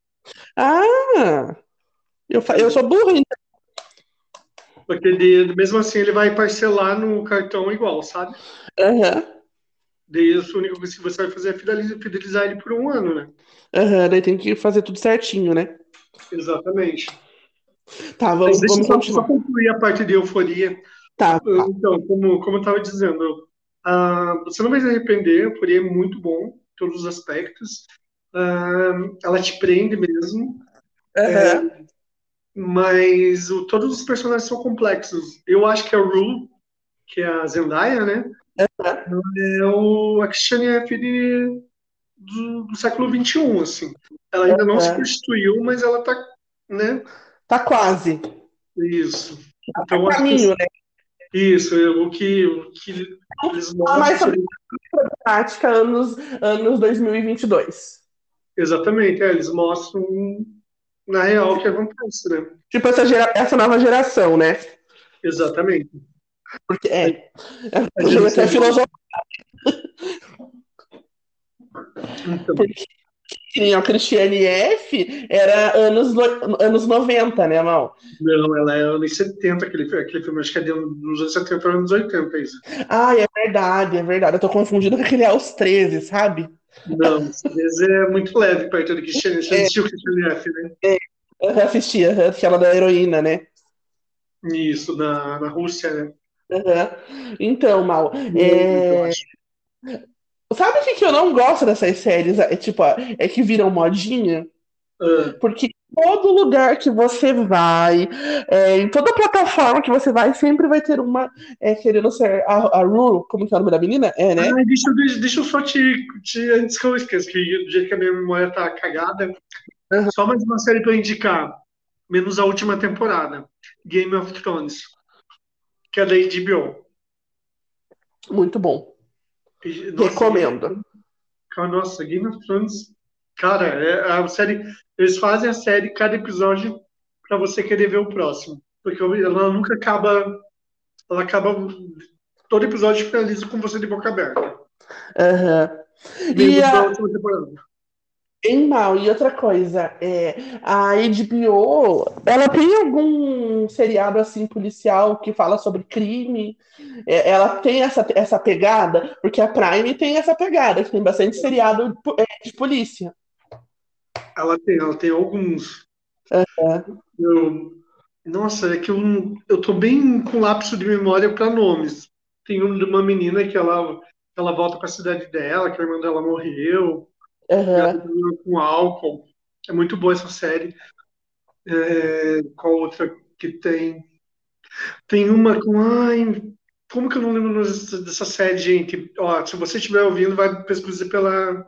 [SPEAKER 2] Ah! Eu, fa- eu sou burra, então.
[SPEAKER 1] Porque ele, mesmo assim ele vai parcelar no cartão igual, sabe?
[SPEAKER 2] Aham.
[SPEAKER 1] Daí a única coisa que você vai fazer é fidelizar, fidelizar ele por um ano, né?
[SPEAKER 2] Aham, daí tem que fazer tudo certinho, né?
[SPEAKER 1] Exatamente.
[SPEAKER 2] Tá,
[SPEAKER 1] Mas
[SPEAKER 2] vamos,
[SPEAKER 1] deixa eu Então, só,
[SPEAKER 2] vamos
[SPEAKER 1] só
[SPEAKER 2] continuar.
[SPEAKER 1] concluir a parte de euforia.
[SPEAKER 2] Tá, tá.
[SPEAKER 1] ah, Então, como, como eu estava dizendo, ah, você não vai se arrepender, euforia é muito bom. todos os aspectos. Ahn, ela te prende mesmo,
[SPEAKER 2] Aham.
[SPEAKER 1] É, mas o- todos os personagens são complexos. Eu acho que a Rue, que é a Zendaya, né?
[SPEAKER 2] aham.
[SPEAKER 1] é o, a Christiane F de, do, do século XXI, assim. Ela ainda não
[SPEAKER 2] Aham.
[SPEAKER 1] se constituiu, mas ela tá, né?
[SPEAKER 2] Tá quase. Tá
[SPEAKER 1] Isso.
[SPEAKER 2] a
[SPEAKER 1] Então, acho que-
[SPEAKER 2] Tá caminho, né?
[SPEAKER 1] Isso, eu- o que, o que eles mostram.
[SPEAKER 2] mais sobre- Prática anos, anos 2022.
[SPEAKER 1] Exatamente, é, eles mostram na real o que acontece, né?
[SPEAKER 2] Tipo essa, gera- essa nova geração, né?
[SPEAKER 1] Exatamente.
[SPEAKER 2] Porque é.
[SPEAKER 1] A gente-
[SPEAKER 2] É filosofia,
[SPEAKER 1] Então,
[SPEAKER 2] porque que nem a Cristiane né? F era anos, no- anos 90, né, Mal?
[SPEAKER 1] não, ela é anos 70, aquele, aquele filme, acho que é de- dos anos 70 para anos 80, é isso.
[SPEAKER 2] Ah, é verdade, é verdade. Eu tô confundindo com aquele aos 13, sabe?
[SPEAKER 1] Não, às vezes é muito leve perto do Christiane, você
[SPEAKER 2] É.
[SPEAKER 1] assistiu o Christiane F, né?
[SPEAKER 2] Eu assisti, aham, aquela da heroína, né?
[SPEAKER 1] Isso, na, na Rússia, né?
[SPEAKER 2] Aham. Então, Mal, é,
[SPEAKER 1] Eu acho.
[SPEAKER 2] sabe o que, que eu não gosto dessas séries? É, tipo, ó, é que viram modinha?
[SPEAKER 1] Ah,
[SPEAKER 2] Porque em todo lugar que você vai, é, em toda plataforma que você vai, sempre vai ter uma é, querendo ser a, a Ruru, como que é o nome da menina? É, né?
[SPEAKER 1] Ai, deixa, eu- deixa, deixa eu só te, te. Antes que eu esqueça, que do jeito que a minha memória tá cagada.
[SPEAKER 2] Aham.
[SPEAKER 1] Só mais uma série pra indicar. Menos a última temporada. Game of Thrones. Que é da HBO.
[SPEAKER 2] Muito bom.
[SPEAKER 1] E,
[SPEAKER 2] Recomendo.
[SPEAKER 1] Cara, nossa, Game of Thrones. Cara, é a série. Eles fazem a série, cada episódio, pra você querer ver o próximo. Porque ela nunca acaba. Ela acaba. Todo episódio finaliza com você de boca aberta.
[SPEAKER 2] Aham. E
[SPEAKER 1] Menos
[SPEAKER 2] a-
[SPEAKER 1] da última temporada.
[SPEAKER 2] Bem mal. E outra coisa, é, a HBO, ela tem algum seriado assim policial que fala sobre crime? É, ela tem essa, essa pegada? Porque a Prime tem essa pegada, que tem bastante seriado po- é, de polícia.
[SPEAKER 1] Ela tem, ela tem alguns. Eu, nossa, é que eu, não- eu tô bem com lapso de memória para nomes. Tem um de uma menina que ela, ela volta para a cidade dela, que a irmã dela morreu,
[SPEAKER 2] Aham.
[SPEAKER 1] ela morreu com álcool. É muito boa essa série. É, qual outra que tem? Tem uma com. Ai, como que eu não lembro o nome dessa dessa série, gente? Ó, se você estiver ouvindo, vai pesquisar pela,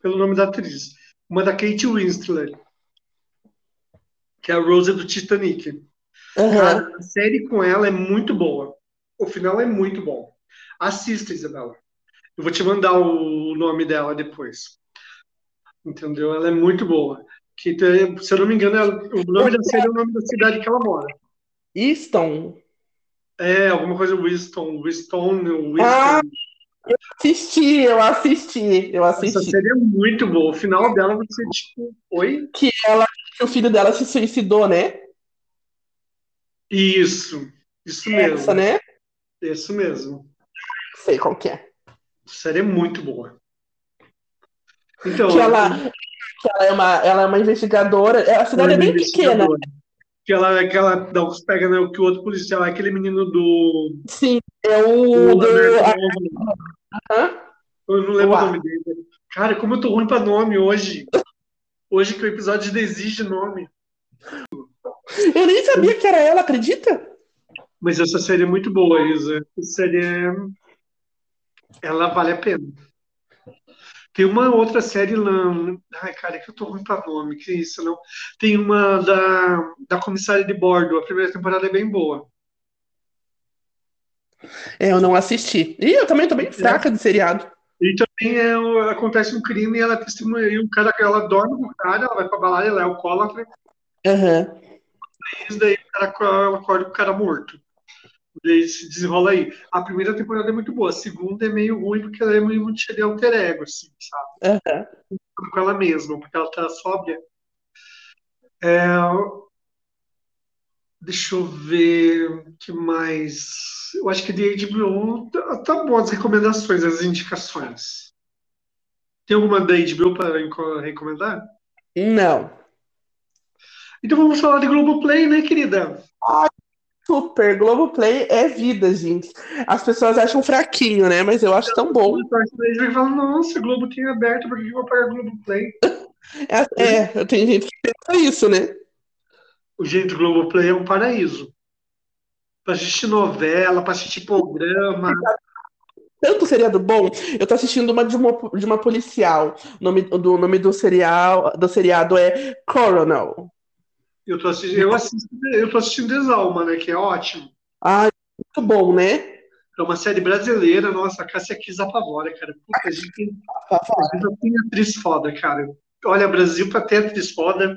[SPEAKER 1] pelo nome da atriz. Uma da Kate Winslet, que é a Rose do Titanic.
[SPEAKER 2] aham.
[SPEAKER 1] Cara, a série com ela é muito boa. O final é muito bom. Assista, Isabela. Eu vou te mandar o nome dela depois. Entendeu? Ela é muito boa. Que, tem- se eu não me engano, ela- o nome da série é o nome da cidade que ela mora.
[SPEAKER 2] Easton.
[SPEAKER 1] É, alguma coisa Winston, Winston, Winston.
[SPEAKER 2] Ah, Assisti, eu assisti, eu
[SPEAKER 1] Essa
[SPEAKER 2] assisti.
[SPEAKER 1] série é muito boa. O final dela você, tipo, oi?
[SPEAKER 2] Que ela, que o filho dela se suicidou, né?
[SPEAKER 1] Isso, isso mesmo,
[SPEAKER 2] Essa, né?
[SPEAKER 1] isso mesmo.
[SPEAKER 2] Sei qual que é.
[SPEAKER 1] A série é muito boa. Então,
[SPEAKER 2] Que ela, que ela é uma, ela é uma investigadora. é, A cidade é bem pequena.
[SPEAKER 1] investigadora. Que ela, é que ela dá uns pega, né, o que o outro policial é aquele menino do.
[SPEAKER 2] Sim, é o
[SPEAKER 1] do
[SPEAKER 2] do.
[SPEAKER 1] American Idol.
[SPEAKER 2] Hã?
[SPEAKER 1] Eu não lembro
[SPEAKER 2] Uá.
[SPEAKER 1] o nome dele. Cara, como eu tô ruim pra nome hoje. Hoje que o episódio ainda exige nome.
[SPEAKER 2] Eu nem sabia que era ela, acredita?
[SPEAKER 1] Mas essa série é muito boa, Isa. Essa série é... Ela vale a pena. Tem uma outra série lá. Ai, cara, é que eu tô ruim pra nome, que isso, não. Tem uma da, da Comissária de Bordo. A primeira temporada é bem boa.
[SPEAKER 2] É, eu não assisti. Ih, eu também tô bem fraca de seriado.
[SPEAKER 1] E também é, o- acontece um crime e ela testemunha. E o cara, ela dorme com o cara, ela vai pra balada, ela é alcoólatra.
[SPEAKER 2] Aham.
[SPEAKER 1] E daí o cara, ela acorda com o cara morto. E aí se desenrola aí. A primeira temporada é muito boa. A segunda é meio ruim porque ela é meio muito cheia de alter ego, assim, sabe?
[SPEAKER 2] aham.
[SPEAKER 1] com ela mesma, porque ela tá sóbria. É, deixa eu ver o que mais. Eu acho que de HBO tá, tá bom as recomendações, as indicações. Tem alguma da HBO para enco- recomendar?
[SPEAKER 2] Não.
[SPEAKER 1] Então vamos falar de Globoplay, né, querida?
[SPEAKER 2] Super, Globoplay é vida, gente. As pessoas acham fraquinho, né? Mas eu acho tão bom.
[SPEAKER 1] Eles vão falar, nossa, Globo tem aberto, por que eu vou pagar Globoplay?
[SPEAKER 2] É, é, tem gente que pensa isso, né?
[SPEAKER 1] O gente, Globoplay é um paraíso. Pra assistir novela, pra assistir programa.
[SPEAKER 2] Tanto seriado bom, eu tô assistindo uma de uma, de uma policial. O nome, do, o nome do, serial, do seriado é Coronel.
[SPEAKER 1] Eu tô assistindo, eu assisto, eu tô assistindo Desalma, né? Que é ótimo.
[SPEAKER 2] Ah, muito bom, né?
[SPEAKER 1] É uma série brasileira, nossa, a Cássia Kiss apavora, cara. Puta, a gente, tem, a gente tem atriz foda, cara. Olha, Brasil pra ter atriz foda.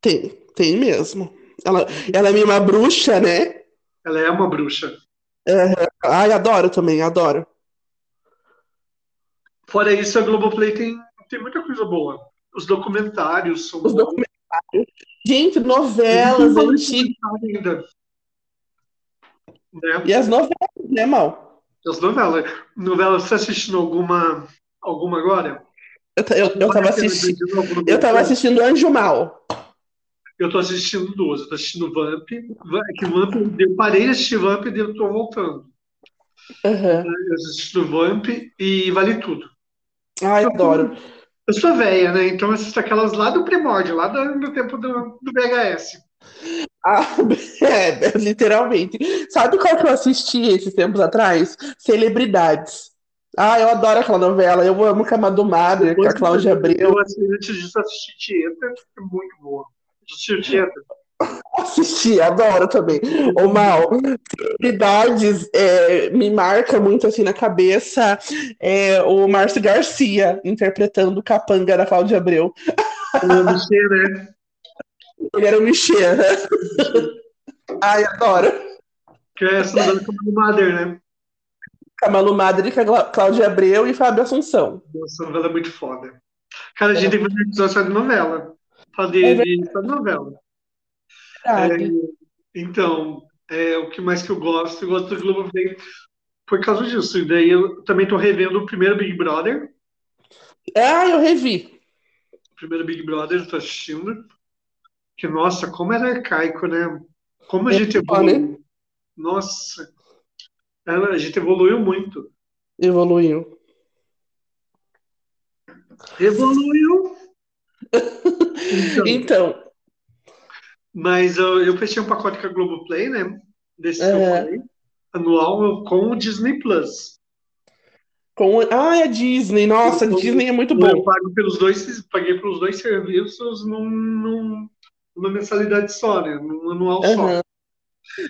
[SPEAKER 2] Tem, tem mesmo. Ela, ela é meio uma bruxa, né?
[SPEAKER 1] Ela é uma bruxa.
[SPEAKER 2] É, ai, adoro também, adoro.
[SPEAKER 1] Fora isso, a Globoplay tem, tem muita coisa boa. Os documentários são
[SPEAKER 2] Os documentários. Gente, novelas
[SPEAKER 1] Uhum.
[SPEAKER 2] antigas.
[SPEAKER 1] Ainda. Né?
[SPEAKER 2] E as novelas, né, Mal?
[SPEAKER 1] As novelas. Novelas, você tá assistindo alguma, alguma agora? é
[SPEAKER 2] Eu, eu, eu tava assistindo. Eu tava assistindo Anjo Mal.
[SPEAKER 1] Eu tô assistindo duas. Eu tô assistindo Vamp. é Que Vamp eu parei de assistir Vamp e eu tô voltando. né?
[SPEAKER 2] Uhum.
[SPEAKER 1] Eu assistindo Vamp e Vale Tudo.
[SPEAKER 2] Ai, adoro.
[SPEAKER 1] Eu sou velha, né? Então eu assisto aquelas lá do primórdio, lá do, do tempo do, do VHS.
[SPEAKER 2] Ah, [laughs] é, literalmente. Sabe qual que eu assisti esses tempos atrás? Celebridades. Ah, eu adoro aquela novela. Eu amo Cama do Madre, com a Cláudia Abreu.
[SPEAKER 1] Eu assisti, antes disso assisti Tieta, é muito boa. Assisti Tieta.
[SPEAKER 2] Assisti, adoro também. O Mal, celebridades é, me marca muito assim na cabeça é, o Márcio Garcia interpretando o capanga da Cláudia Abreu.
[SPEAKER 1] Ele era o Michê, né?
[SPEAKER 2] Ele era o Michê, né? [laughs] Ai, adoro.
[SPEAKER 1] Que é essa novela Camalu Mader, né?
[SPEAKER 2] Camalu Mader com Cláudia Abreu e Fábio Assunção.
[SPEAKER 1] Nossa, a novela é muito foda. Cara, a
[SPEAKER 2] É.
[SPEAKER 1] gente tem que fazer um episódio só de novela. Fazer é de só de novela. É, então, é, o que mais que eu gosto? Eu gosto do Globoplay por causa disso. E daí eu também tô revendo o primeiro Big Brother.
[SPEAKER 2] Ah, eu revi.
[SPEAKER 1] O primeiro Big Brother, eu tô assistindo. Que, nossa, como era arcaico, né? Como a
[SPEAKER 2] É
[SPEAKER 1] gente
[SPEAKER 2] bom, né?
[SPEAKER 1] evoluiu. Nossa, ela- a gente evoluiu muito.
[SPEAKER 2] Evoluiu. [laughs]
[SPEAKER 1] Evoluiu! Então,
[SPEAKER 2] Então,
[SPEAKER 1] mas eu, eu fechei um pacote com a Globoplay, né? Desse que eu
[SPEAKER 2] Aham.
[SPEAKER 1] falei. Anual com o Disney Plus.
[SPEAKER 2] com. Ah, a Disney. Nossa, a Disney é muito
[SPEAKER 1] Eu
[SPEAKER 2] bom.
[SPEAKER 1] pago pelos dois, paguei pelos dois serviços num, num- numa mensalidade só, né? Num anual só. Então,
[SPEAKER 2] Aham.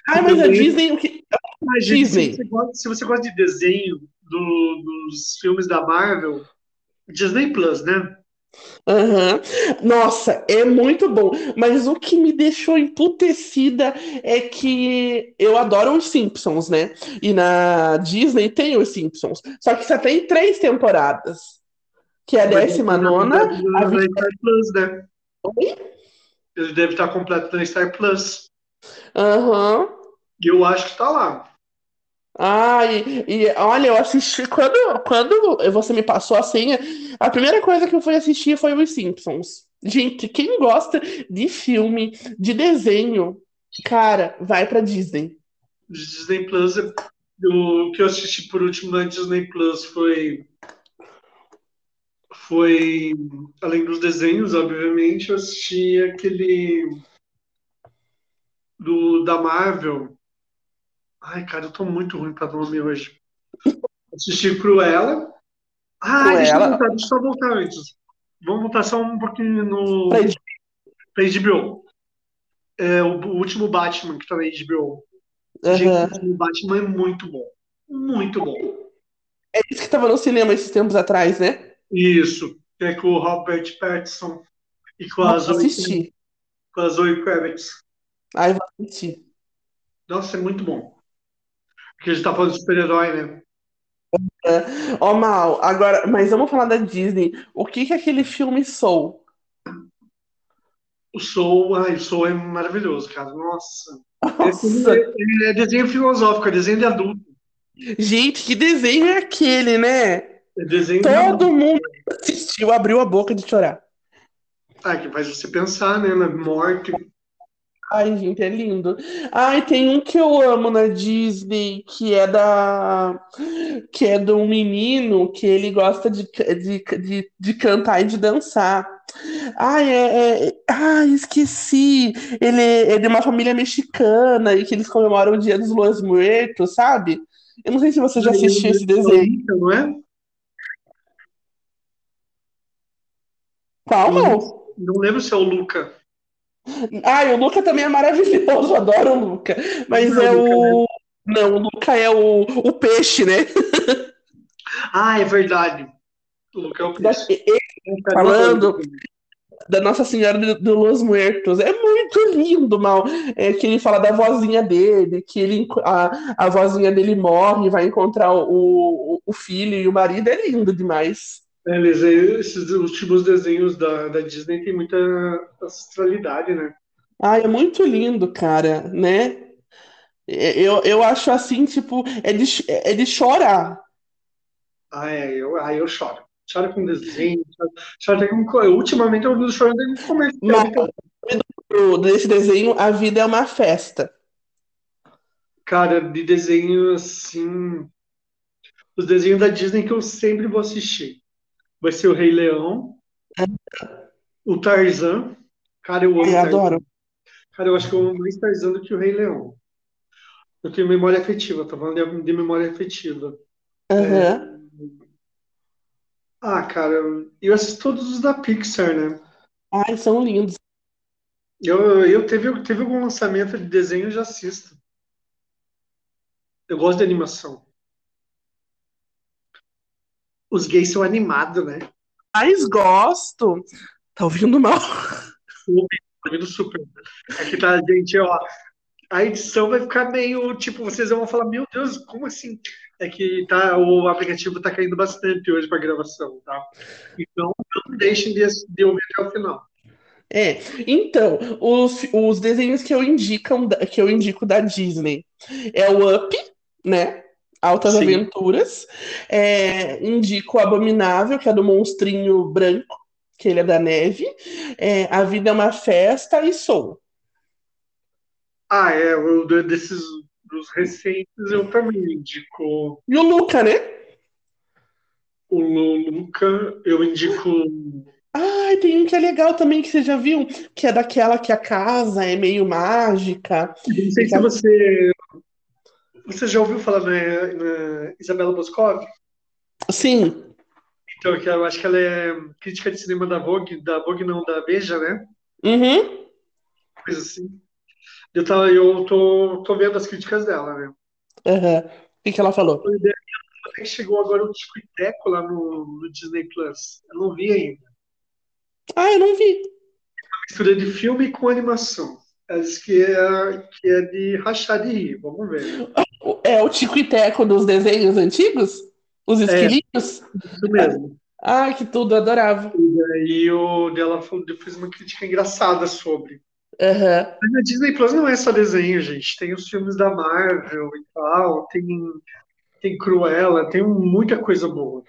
[SPEAKER 2] Ai, mas é a Disney, o que.
[SPEAKER 1] Mas, gente,
[SPEAKER 2] Disney.
[SPEAKER 1] Se, você gosta, se você gosta de desenho do- dos filmes da Marvel, Disney Plus, né?
[SPEAKER 2] Aham. Nossa, é muito bom. Mas o que me deixou emputecida é que eu adoro os Simpsons, né? E na Disney tem os Simpsons. Só que só tem três temporadas. Que é a décima nona. a
[SPEAKER 1] Na Star Plus, né? Ele deve estar completo na Star Plus.
[SPEAKER 2] Aham.
[SPEAKER 1] E eu acho que tá lá.
[SPEAKER 2] Ai, e olha, eu assisti quando, quando você me passou a senha, a primeira coisa que eu fui assistir foi Os Simpsons. Gente, quem gosta de filme, de desenho, cara, vai pra Disney.
[SPEAKER 1] Disney Plus, o que eu assisti por último na Disney Plus foi. Foi. Além dos desenhos, obviamente, eu assisti aquele. Do, da Marvel. Ai, cara, eu tô muito ruim pra nome hoje. Assisti Cruella. Ah, deixa eu
[SPEAKER 2] Cruella.
[SPEAKER 1] voltar, deixa eu só voltar antes. Vamos voltar só um pouquinho no.
[SPEAKER 2] Pra
[SPEAKER 1] Pra HBO. É, o, o último Batman que tá na HBO. Gente,
[SPEAKER 2] Aham.
[SPEAKER 1] o último Batman é muito bom. Muito bom.
[SPEAKER 2] É isso que tava no cinema esses tempos atrás, né?
[SPEAKER 1] Isso. Que é com o Robert Pattinson e com a
[SPEAKER 2] Nossa,
[SPEAKER 1] Zoe,
[SPEAKER 2] assisti.
[SPEAKER 1] com a Zoe Kravitz.
[SPEAKER 2] Ai, vou assistir.
[SPEAKER 1] Nossa, é muito bom. Porque a gente tá falando de super-herói, né?
[SPEAKER 2] Ó, Mal, agora, mas vamos falar da Disney. O que que é aquele filme Soul?
[SPEAKER 1] O Soul, ai, o Soul é maravilhoso, cara. Nossa.
[SPEAKER 2] Nossa,
[SPEAKER 1] É, é desenho filosófico, é desenho de adulto.
[SPEAKER 2] gente, que desenho é aquele, né?
[SPEAKER 1] É desenho de adulto.
[SPEAKER 2] Todo mundo assistiu, abriu a boca de chorar.
[SPEAKER 1] Ah, que faz você pensar, né? Na morte.
[SPEAKER 2] Ai, gente, é lindo. Ai, tem um que eu amo na Disney, que é da que é de um menino que ele gosta de, de, de, de cantar e de dançar. Ai, é, é- ai, esqueci. Ele é de uma família mexicana e que eles comemoram o Dia dos Los Muertos, sabe? Eu não sei se você já assistiu esse desenho.
[SPEAKER 1] Não é?
[SPEAKER 2] Qual, não?
[SPEAKER 1] Não lembro se é o Luca.
[SPEAKER 2] Ai, o Luca também é maravilhoso, adoro o Luca. Mas
[SPEAKER 1] Não é
[SPEAKER 2] é
[SPEAKER 1] o Luca,
[SPEAKER 2] o. Não, o Luca é o, o peixe, né?
[SPEAKER 1] Ah, é verdade. O Luca é o é
[SPEAKER 2] Da-
[SPEAKER 1] Chris.
[SPEAKER 2] falando. da Nossa Senhora do, do Los Muertos. É muito lindo, mal. É que ele fala da vozinha dele, que ele enco- a, a vozinha dele morre, vai encontrar o, o, o filho e o marido. É lindo demais.
[SPEAKER 1] Beleza, É, esses últimos desenhos da, da Disney tem muita ancestralidade, né?
[SPEAKER 2] Ai, é muito lindo, cara, né? É, Eu, eu acho assim, tipo, é de, ch- é de chorar.
[SPEAKER 1] Ah, é, eu, ah, eu choro. Choro com desenho, choro, choro até com. co- Ultimamente eu ando chorando até com comercial.
[SPEAKER 2] Mas
[SPEAKER 1] então,
[SPEAKER 2] o- desse desenho, a vida é uma festa.
[SPEAKER 1] Cara, de desenho assim. Os desenhos da Disney que eu sempre vou assistir. Vai ser o Rei Leão, o Tarzan. Cara, eu amo
[SPEAKER 2] Eu
[SPEAKER 1] Tarzan.
[SPEAKER 2] adoro.
[SPEAKER 1] Cara, eu acho que eu amo mais Tarzan do que o Rei Leão. Eu tenho memória afetiva, tô falando de, de memória afetiva.
[SPEAKER 2] É. Aham.
[SPEAKER 1] Ah, cara, eu assisto todos os da Pixar, né?
[SPEAKER 2] Ai, são lindos.
[SPEAKER 1] Eu, eu teve, teve algum lançamento de desenho, eu já assisto. Eu gosto de animação. Os gays são animados, né?
[SPEAKER 2] Mas gosto. Tá ouvindo mal?
[SPEAKER 1] Tá vendo super. Aqui tá, gente, ó. A edição vai ficar meio, tipo, vocês vão falar, meu Deus, como assim? É que tá, o aplicativo tá caindo bastante hoje pra gravação, tá? Então, não deixem de, ass- de ouvir até o final.
[SPEAKER 2] É, então, os, os desenhos que eu indicam, da- que eu indico da Disney é o Up, né? Altas
[SPEAKER 1] Sim.
[SPEAKER 2] Aventuras. É, indico o Abominável, que é do monstrinho branco, que ele é da neve. É, A Vida é uma Festa e Soul.
[SPEAKER 1] Ah, é, eu, de- desses dos recentes eu também indico
[SPEAKER 2] E o Luca, né?
[SPEAKER 1] o Lu- Luca, eu indico.
[SPEAKER 2] Ai, tem um que é legal também, que você já viu, que é daquela que a casa é meio mágica.
[SPEAKER 1] Não sei se você, você já ouviu falar na, na Isabela Boscov?
[SPEAKER 2] Sim,
[SPEAKER 1] Então, que eu acho que ela é crítica de cinema da Vogue, da Vogue não, da Veja, né?
[SPEAKER 2] uhum.
[SPEAKER 1] Coisa assim. Eu, tava, eu tô, tô vendo as críticas dela, né?
[SPEAKER 2] Aham. O que que ela falou?
[SPEAKER 1] Foi ideia que até que chegou agora o Tico e Teco lá no, no Disney Plus. Eu não vi ainda.
[SPEAKER 2] Ah, eu não vi.
[SPEAKER 1] Mistura de filme com animação. Ela disse que é, que é de rachar de rir. Vamos ver.
[SPEAKER 2] O- É o Tico e Teco dos desenhos antigos? Os esquilinhos?
[SPEAKER 1] Isso mesmo.
[SPEAKER 2] Ai, que tudo, adorava.
[SPEAKER 1] E daí o dela falou- fez uma crítica engraçada sobre.
[SPEAKER 2] Aham.
[SPEAKER 1] Mas a Disney Plus não é só desenho, gente. Tem os filmes da Marvel e tal, tem, tem Cruella, tem muita coisa boa.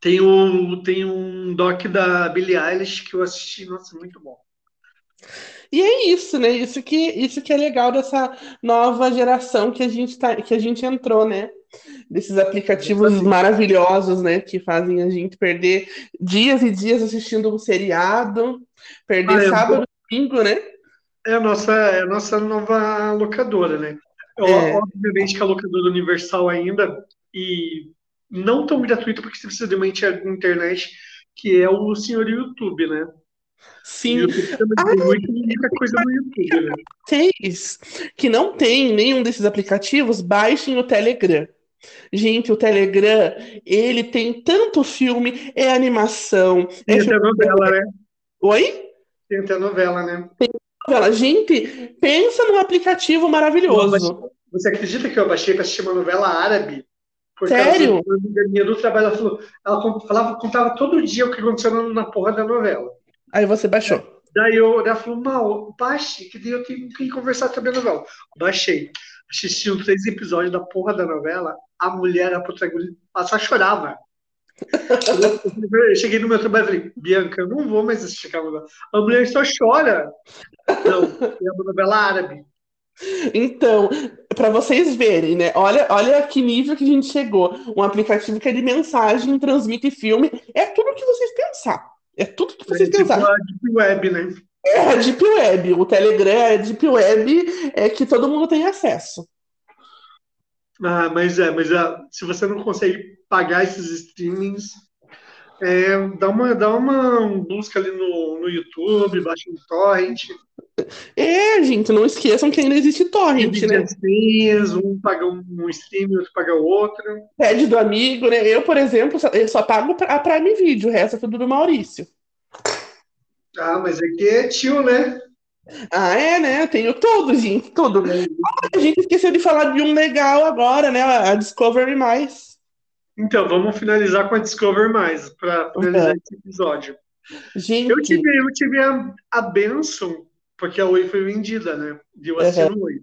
[SPEAKER 1] Tem um, tem um doc da Billie Eilish que eu assisti, nossa, muito bom.
[SPEAKER 2] E é isso, né? Isso que, isso que é legal dessa nova geração que a gente tá, que a gente entrou, né? Desses aplicativos
[SPEAKER 1] Exatamente.
[SPEAKER 2] maravilhosos, né? Que fazem a gente perder dias e dias assistindo um seriado, perder
[SPEAKER 1] Ah, é
[SPEAKER 2] sábado e domingo, né?
[SPEAKER 1] É a nossa, é a nossa nova locadora, né? Ó,
[SPEAKER 2] É.
[SPEAKER 1] Obviamente que a locadora universal ainda, e não tão gratuita, porque você precisa de uma inter- internet, que é o senhor YouTube, né? O
[SPEAKER 2] Sim.
[SPEAKER 1] YouTube também
[SPEAKER 2] Ah,
[SPEAKER 1] tem muito- é muita coisa no YouTube, né?
[SPEAKER 2] Vocês que não tem nenhum desses aplicativos, baixem o Telegram. Gente, o Telegram, ele tem tanto filme, é animação, é
[SPEAKER 1] Tem
[SPEAKER 2] filme...
[SPEAKER 1] até novela, né?
[SPEAKER 2] Oi?
[SPEAKER 1] Tem até novela, né?
[SPEAKER 2] Fala, gente, pensa num aplicativo maravilhoso.
[SPEAKER 1] Você acredita que eu baixei pra assistir uma novela árabe? Por
[SPEAKER 2] Sério?
[SPEAKER 1] causa de uma amiga minha do trabalho, ela falou, ela con- falava, contava todo dia o que aconteceu na, na porra da novela.
[SPEAKER 2] Aí você baixou.
[SPEAKER 1] Daí eu, ela falou, mal, baixe, que daí eu tenho que conversar sobre a novela. Baixei. Assisti os três episódios da porra da novela, a mulher, a protagonista, ela só chorava. Eu cheguei no meu trabalho e falei, Bianca, eu não vou mais assistir aquela novela. A mulher só chora. Não, é uma novela árabe.
[SPEAKER 2] Então, para vocês verem, né? Olha, olha que nível que a gente chegou. Um aplicativo que é de mensagem, transmite filme. É tudo o que vocês pensar. É tudo o que vocês
[SPEAKER 1] é, tipo
[SPEAKER 2] pensarem.
[SPEAKER 1] a Deep Web, né?
[SPEAKER 2] É a Deep Web. O Telegram é a Deep Web é que todo mundo tem acesso.
[SPEAKER 1] Ah, mas é, mas é, se você não consegue pagar esses streamings, é, dá, uma, dá uma busca ali no, no YouTube, baixa um torrent,
[SPEAKER 2] É, gente, não esqueçam que ainda existe torrent,
[SPEAKER 1] divide
[SPEAKER 2] né?
[SPEAKER 1] as senhas, um paga um, um streaming, outro paga o outro.
[SPEAKER 2] Pede do amigo, né? Eu, por exemplo, só- eu só pago pra- a Prime Video, o resto é tudo do Maurício.
[SPEAKER 1] Ah, mas aqui é tio, né?
[SPEAKER 2] Ah, é, né? Eu tenho tudo, gente, tudo. A gente esqueceu de falar de um legal agora, né? A Discovery+. Mais.
[SPEAKER 1] Então, vamos finalizar com a Discover Mais, para finalizar esse episódio.
[SPEAKER 2] Gente,
[SPEAKER 1] Eu tive, eu tive a, a benção, porque a Oi foi vendida, né? E eu assino Oi.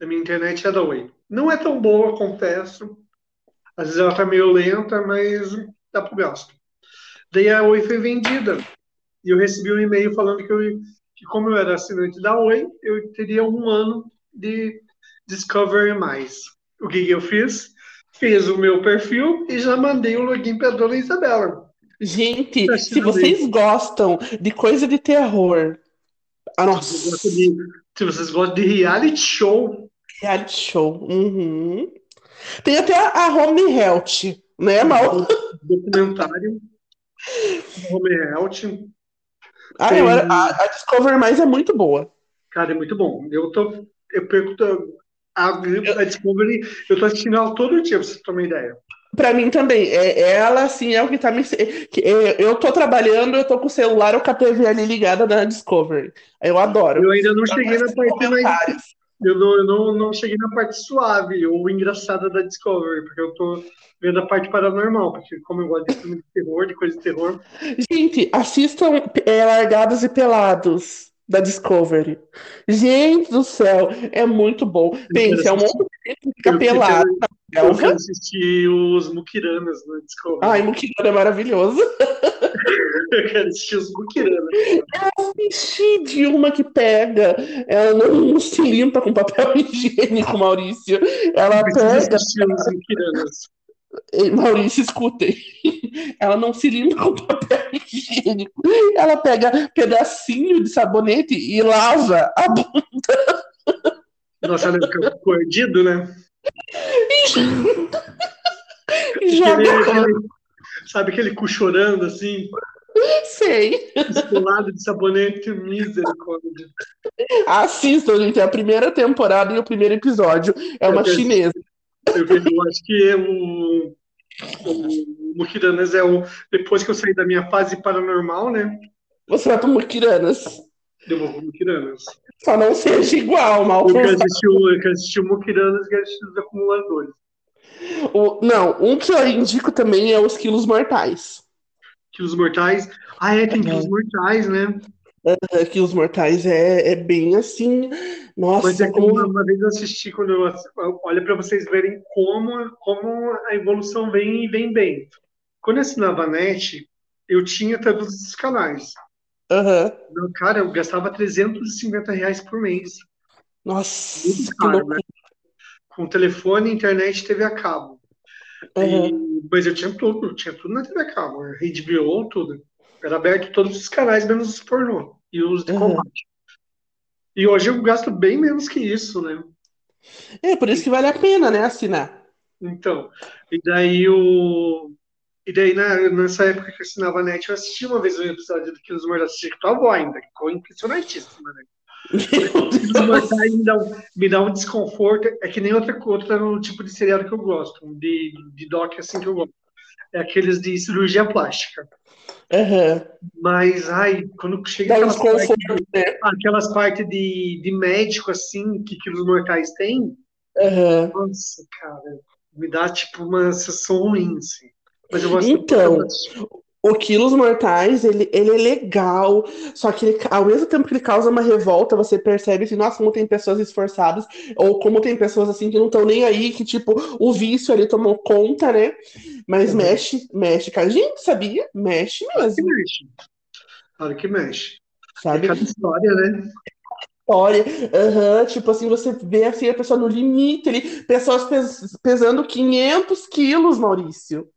[SPEAKER 1] A minha internet é da Oi. Não é tão boa, confesso. Às vezes ela tá meio lenta, mas dá pro gasto. Daí a Oi foi vendida. E eu recebi um e-mail falando que, eu, que como eu era assinante da Oi, eu teria um ano de Discover Mais. O que, que eu fiz? Fiz o meu perfil e já mandei o login para dona Isabela.
[SPEAKER 2] gente,
[SPEAKER 1] Tá
[SPEAKER 2] se
[SPEAKER 1] sendo
[SPEAKER 2] vocês gostam de coisa de terror, ah,
[SPEAKER 1] Se vocês
[SPEAKER 2] nossa,
[SPEAKER 1] gostam de- se vocês gostam de reality show,
[SPEAKER 2] reality show. Uhum. Tem até a Home Health, né,
[SPEAKER 1] Uhum.
[SPEAKER 2] Mal?
[SPEAKER 1] documentário, é Home Health,
[SPEAKER 2] Ah, eu era- a, a Discover Mais é muito boa.
[SPEAKER 1] cara, é muito bom. Eu tô, eu pergunto a, a Discovery, eu tô assistindo ela todo dia, pra você ter uma ideia.
[SPEAKER 2] Pra mim também, é, ela assim é o que tá me. que- é, eu tô trabalhando, eu tô com o celular ou com a TV ali ligada na Discovery. Eu adoro.
[SPEAKER 1] Eu ainda não cheguei na parte mais,
[SPEAKER 2] Comentários.
[SPEAKER 1] eu não, eu não, não cheguei na parte suave ou engraçada da Discovery, porque eu tô vendo a parte paranormal, porque como eu gosto de filme de terror, de coisa de terror,
[SPEAKER 2] Gente, assistam é, Largados e Pelados da Discovery. Gente do céu, é muito bom. Pensa, é um monte de gente que fica
[SPEAKER 1] Eu quero-
[SPEAKER 2] pelado na
[SPEAKER 1] eu
[SPEAKER 2] selva.
[SPEAKER 1] quero assistir os Mukiranas na Discovery.
[SPEAKER 2] Ai, Mukirana é maravilhoso.
[SPEAKER 1] [laughs] Eu quero assistir os Mukiranas.
[SPEAKER 2] Enchi de uma que pega. Ela não se limpa com papel [laughs] higiênico, Maurício. Ela
[SPEAKER 1] Precisa assim,
[SPEAKER 2] pega.
[SPEAKER 1] assistir os Mukiranas.
[SPEAKER 2] Ei, Maurício, escutem. Ela não se limpa com papel [laughs] higiênico. Ela pega pedacinho de sabonete e lava a bunda.
[SPEAKER 1] Nossa, ela fica perdido, né?
[SPEAKER 2] e joga.
[SPEAKER 1] Aquele- aquele- sabe aquele cu chorando, assim,
[SPEAKER 2] Sei.
[SPEAKER 1] espolado de sabonete, misericórdia.
[SPEAKER 2] Assistam, gente. É a primeira temporada e o primeiro episódio. É uma
[SPEAKER 1] Meu Deus.
[SPEAKER 2] chinesa.
[SPEAKER 1] Eu, vejo, eu acho que é o, o Mukiranas é o. Depois que eu saí da minha fase paranormal, né?
[SPEAKER 2] Você vai pra Mukiranas.
[SPEAKER 1] Eu vou pro Mukiranas.
[SPEAKER 2] Só não seja igual, mal.
[SPEAKER 1] Eu quero assistir o, eu quero assistir o Mukiranas e quero assistir os acumuladores.
[SPEAKER 2] O- não, um que eu indico também é os quilos mortais.
[SPEAKER 1] Quilos mortais. Ah, é, tem quilos mortais, né?
[SPEAKER 2] É, Quilos mortais é, é bem assim. Nossa,
[SPEAKER 1] Mas é como
[SPEAKER 2] como-
[SPEAKER 1] uma, uma vez eu assisti, quando eu, ass- olha para vocês verem como, como a evolução vem e vem bem. Quando eu assinava a NET, eu tinha todos os canais.
[SPEAKER 2] Aham.
[SPEAKER 1] Meu, Cara, eu gastava 350 reais por mês.
[SPEAKER 2] Nossa,
[SPEAKER 1] Muito
[SPEAKER 2] que
[SPEAKER 1] caro,
[SPEAKER 2] louco.
[SPEAKER 1] né? Com telefone, internet, TV a cabo. E-
[SPEAKER 2] Aham.
[SPEAKER 1] mas eu tinha tudo, eu tinha tudo na TV a cabo. era HBO, tudo. Era aberto todos os canais, menos os pornô e os de
[SPEAKER 2] Uhum.
[SPEAKER 1] combate. E hoje eu gasto bem menos que isso, né?
[SPEAKER 2] É, por isso que vale a pena, né, assinar.
[SPEAKER 1] Então, e daí o. E daí na- nessa época que eu assinava a net, eu assisti uma vez um episódio do Quilos Mortais assisti com a avó ainda, que ficou impressionantíssima, né? Quilos Mortais me dá, um, me dá um desconforto, é que nem outra, outra um tipo de seriado que eu gosto, um de, de doc assim que eu gosto. É aqueles de cirurgia plástica.
[SPEAKER 2] Aham.
[SPEAKER 1] Mas, ai, quando chega
[SPEAKER 2] Dá um
[SPEAKER 1] aquelas partes,
[SPEAKER 2] desconforto, né?
[SPEAKER 1] aquelas partes de, de médico, assim, que Quilos Mortais tem,
[SPEAKER 2] Aham.
[SPEAKER 1] nossa, cara, me dá tipo uma sensação ruim, assim. Mas eu gosto
[SPEAKER 2] Então, O Quilos Mortais, ele, ele é legal, só que ele, ao mesmo tempo que ele causa uma revolta, você percebe assim, nossa, como tem pessoas esforçadas, ou como tem pessoas assim que não estão nem aí, que tipo, o vício ali tomou conta, né? Mas mexe, mexe com a gente, sabia? Mexe
[SPEAKER 1] que
[SPEAKER 2] mesmo,
[SPEAKER 1] mexe. Claro que mexe. É
[SPEAKER 2] sabe?
[SPEAKER 1] cada história, né?
[SPEAKER 2] História, aham, tipo assim, você vê assim a pessoa no limite, ele, pessoas pes- pesando 500 quilos, Maurício.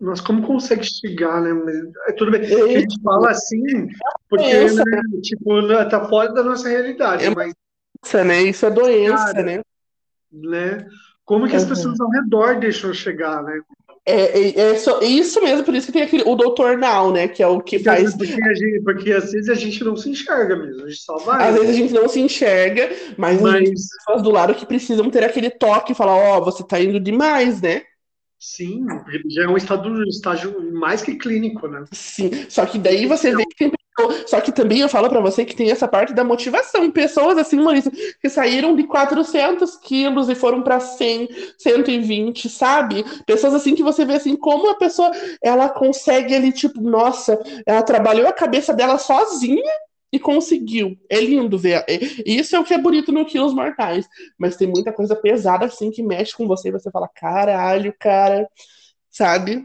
[SPEAKER 1] Mas como consegue chegar, né? Mas, é, tudo bem. A
[SPEAKER 2] Ei,
[SPEAKER 1] gente fala assim,
[SPEAKER 2] É
[SPEAKER 1] porque,
[SPEAKER 2] doença,
[SPEAKER 1] né, tipo, não- tá fora da nossa realidade,
[SPEAKER 2] É
[SPEAKER 1] mas,
[SPEAKER 2] doença, né? Isso é doença,
[SPEAKER 1] Cara,
[SPEAKER 2] né?
[SPEAKER 1] né? Como que as
[SPEAKER 2] Uhum.
[SPEAKER 1] pessoas ao redor deixam chegar, né?
[SPEAKER 2] É, é, é só- é isso mesmo, por isso que tem aquele, o Doutor Now, né? Que é o que faz.
[SPEAKER 1] Porque, a gente, porque às vezes a gente não se enxerga mesmo, a gente só vai.
[SPEAKER 2] Às vezes a gente não se enxerga, mas a gente tem
[SPEAKER 1] Mas
[SPEAKER 2] pessoas do lado que precisam ter aquele toque e falar, ó, você tá indo demais, né?
[SPEAKER 1] sim, porque já é um estado, um estágio mais que clínico, né?
[SPEAKER 2] Sim. Só que daí você vê que tem pessoas. Só que também eu falo pra você que tem essa parte da motivação. Pessoas assim, Maurício, que saíram de 400 quilos e foram pra 100, 120, sabe? Pessoas assim que você vê assim, como a pessoa, ela consegue ali, tipo, nossa, ela trabalhou a cabeça dela sozinha e conseguiu. É lindo ver. É- Isso é o que é bonito no Quilos Mortais. Mas tem muita coisa pesada assim que mexe com você e você fala, caralho, cara, sabe?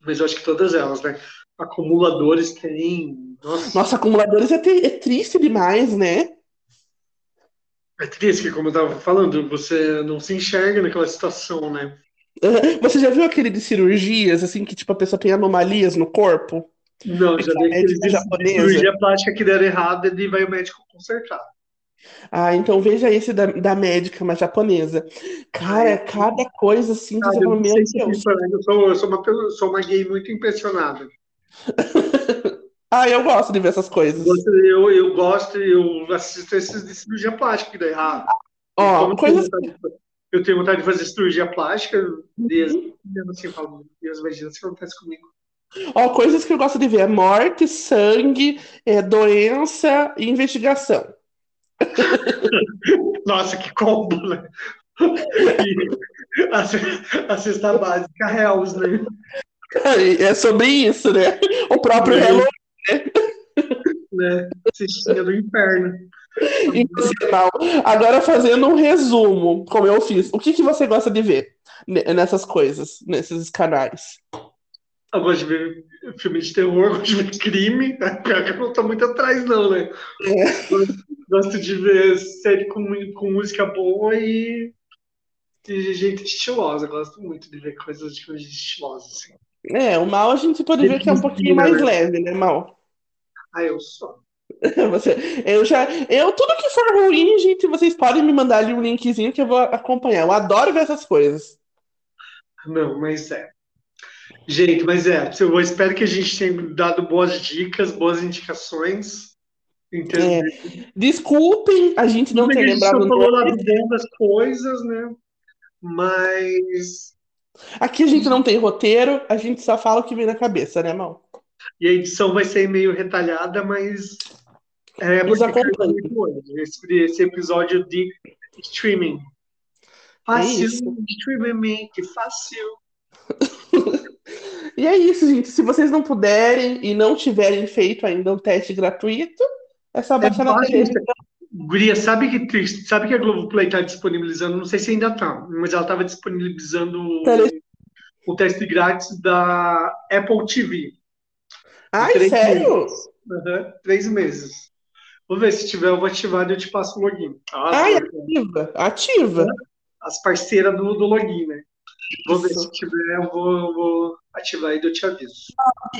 [SPEAKER 1] Mas eu acho que todas elas, né? Acumuladores têm. Nossa,
[SPEAKER 2] Nossa, acumuladores é, tri- é triste demais, né?
[SPEAKER 1] é triste que, como eu tava falando, você não se enxerga naquela situação, né?
[SPEAKER 2] Você já viu aquele de cirurgias, assim, que tipo a pessoa tem anomalias no corpo?
[SPEAKER 1] Não, já dei
[SPEAKER 2] É
[SPEAKER 1] aqueles
[SPEAKER 2] de né?
[SPEAKER 1] de
[SPEAKER 2] japonesa.
[SPEAKER 1] cirurgia plástica que deram errado, ele vai o médico consertar.
[SPEAKER 2] Ah, então veja esse da, da médica, uma japonesa. Cara, é cada coisa assim que
[SPEAKER 1] Cara,
[SPEAKER 2] você
[SPEAKER 1] eu
[SPEAKER 2] fala,
[SPEAKER 1] não
[SPEAKER 2] meu
[SPEAKER 1] sei se eu,
[SPEAKER 2] Deus.
[SPEAKER 1] tenho- eu sou, eu sou, uma, pessoa- sou uma gay muito impressionada.
[SPEAKER 2] Ah, eu gosto de ver essas coisas.
[SPEAKER 1] Você- Eu, eu gosto, eu assisto esses de cirurgia plástica que dá errado.
[SPEAKER 2] Ó,
[SPEAKER 1] Como eu tenho
[SPEAKER 2] coisas-
[SPEAKER 1] vontade de fa- eu tenho vontade de fazer cirurgia plástica,
[SPEAKER 2] Uhum.
[SPEAKER 1] Deus, eu assim, eu falo, meu Deus, imagina se acontece comigo.
[SPEAKER 2] Ó, coisas que eu gosto de ver: é morte, sangue, é, doença e investigação.
[SPEAKER 1] Nossa, que combo, né? E a ce- a cesta básica Hells, né?
[SPEAKER 2] É sobre isso, né? O próprio
[SPEAKER 1] É.
[SPEAKER 2] Hello
[SPEAKER 1] né? Cestinha do inferno.
[SPEAKER 2] Impressional. Agora fazendo um resumo, como eu fiz. O que, que você gosta de ver ne- nessas coisas, nesses canais?
[SPEAKER 1] Eu gosto de ver filme de terror, eu gosto de ver crime. Pior que eu não tô muito atrás, não, né? Gosto de ver série com, mu- com música boa e, e gente estilosa. Gosto muito de ver coisas de gente estilosa, assim.
[SPEAKER 2] É, o mal a gente pode ver que é um pouquinho mais leve, né, mal? [laughs]
[SPEAKER 1] Ah, eu sou.
[SPEAKER 2] Você, eu já, eu tudo que for ruim, gente, vocês podem me mandar ali um linkzinho que eu vou acompanhar. Eu adoro ver essas coisas.
[SPEAKER 1] Não, mas é. Gente, mas é. Eu espero que a gente tenha dado boas dicas, boas indicações. Entendeu?
[SPEAKER 2] Desculpem a gente É, não
[SPEAKER 1] Porque
[SPEAKER 2] ter
[SPEAKER 1] é a gente só
[SPEAKER 2] lembrado. um o
[SPEAKER 1] falou
[SPEAKER 2] nome.
[SPEAKER 1] lá dentro das coisas, né? Mas.
[SPEAKER 2] Aqui a gente não tem roteiro, a gente só fala o que vem na cabeça, né, mal?
[SPEAKER 1] E a edição vai ser meio retalhada, mas é
[SPEAKER 2] Nos
[SPEAKER 1] porque
[SPEAKER 2] acompanhe.
[SPEAKER 1] foi muito hoje, esse, esse episódio de streaming.
[SPEAKER 2] É
[SPEAKER 1] Fácil,
[SPEAKER 2] isso.
[SPEAKER 1] streaming, que fácil.
[SPEAKER 2] E é isso, gente. Se vocês não puderem e não tiverem feito ainda um teste gratuito, é só baixar na
[SPEAKER 1] fácil,
[SPEAKER 2] TV.
[SPEAKER 1] Guria, sabe que triste, sabe que a Globoplay está disponibilizando, não sei se ainda tá, mas ela estava disponibilizando o-
[SPEAKER 2] Tele-
[SPEAKER 1] o teste grátis da Apple TV.
[SPEAKER 2] Ai,
[SPEAKER 1] Três
[SPEAKER 2] sério?
[SPEAKER 1] meses. Aham, três meses. Vou ver se tiver, eu vou ativar e eu te passo o login. Ah,
[SPEAKER 2] Ai,
[SPEAKER 1] tá.
[SPEAKER 2] ativa, ativa.
[SPEAKER 1] as parceiras do, do login, né? Vou ver
[SPEAKER 2] Isso.
[SPEAKER 1] se tiver, eu vou, eu vou ativar e eu te aviso.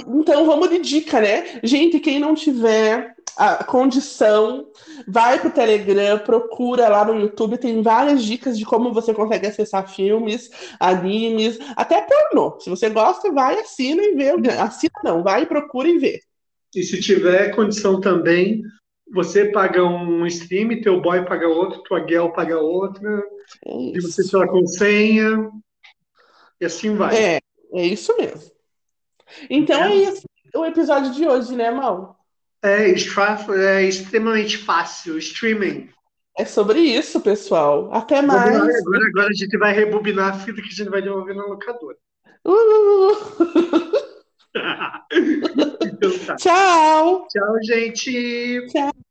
[SPEAKER 2] Então vamos de dica, né? Gente, quem não tiver a condição, vai pro Telegram, procura lá no YouTube, tem várias dicas de como você consegue acessar filmes, animes, até pornô. Se você gosta, vai, assina e vê. Assina não, vai e procura e vê.
[SPEAKER 1] E se tiver condição também, você paga um stream, teu boy paga outro, tua girl paga outra,
[SPEAKER 2] É
[SPEAKER 1] e você
[SPEAKER 2] isso.
[SPEAKER 1] só com senha, e assim vai.
[SPEAKER 2] É, é isso mesmo. Então é isso o episódio de hoje, né, Mal?
[SPEAKER 1] É, estra- é extremamente fácil, streaming.
[SPEAKER 2] É sobre isso, pessoal. Até mais.
[SPEAKER 1] Agora, agora a gente vai rebobinar a fita que a gente vai devolver na locadora. [laughs] Uh!
[SPEAKER 2] Então tá.
[SPEAKER 1] Tchau! Então tá.
[SPEAKER 2] Tchau, gente.
[SPEAKER 1] Tchau!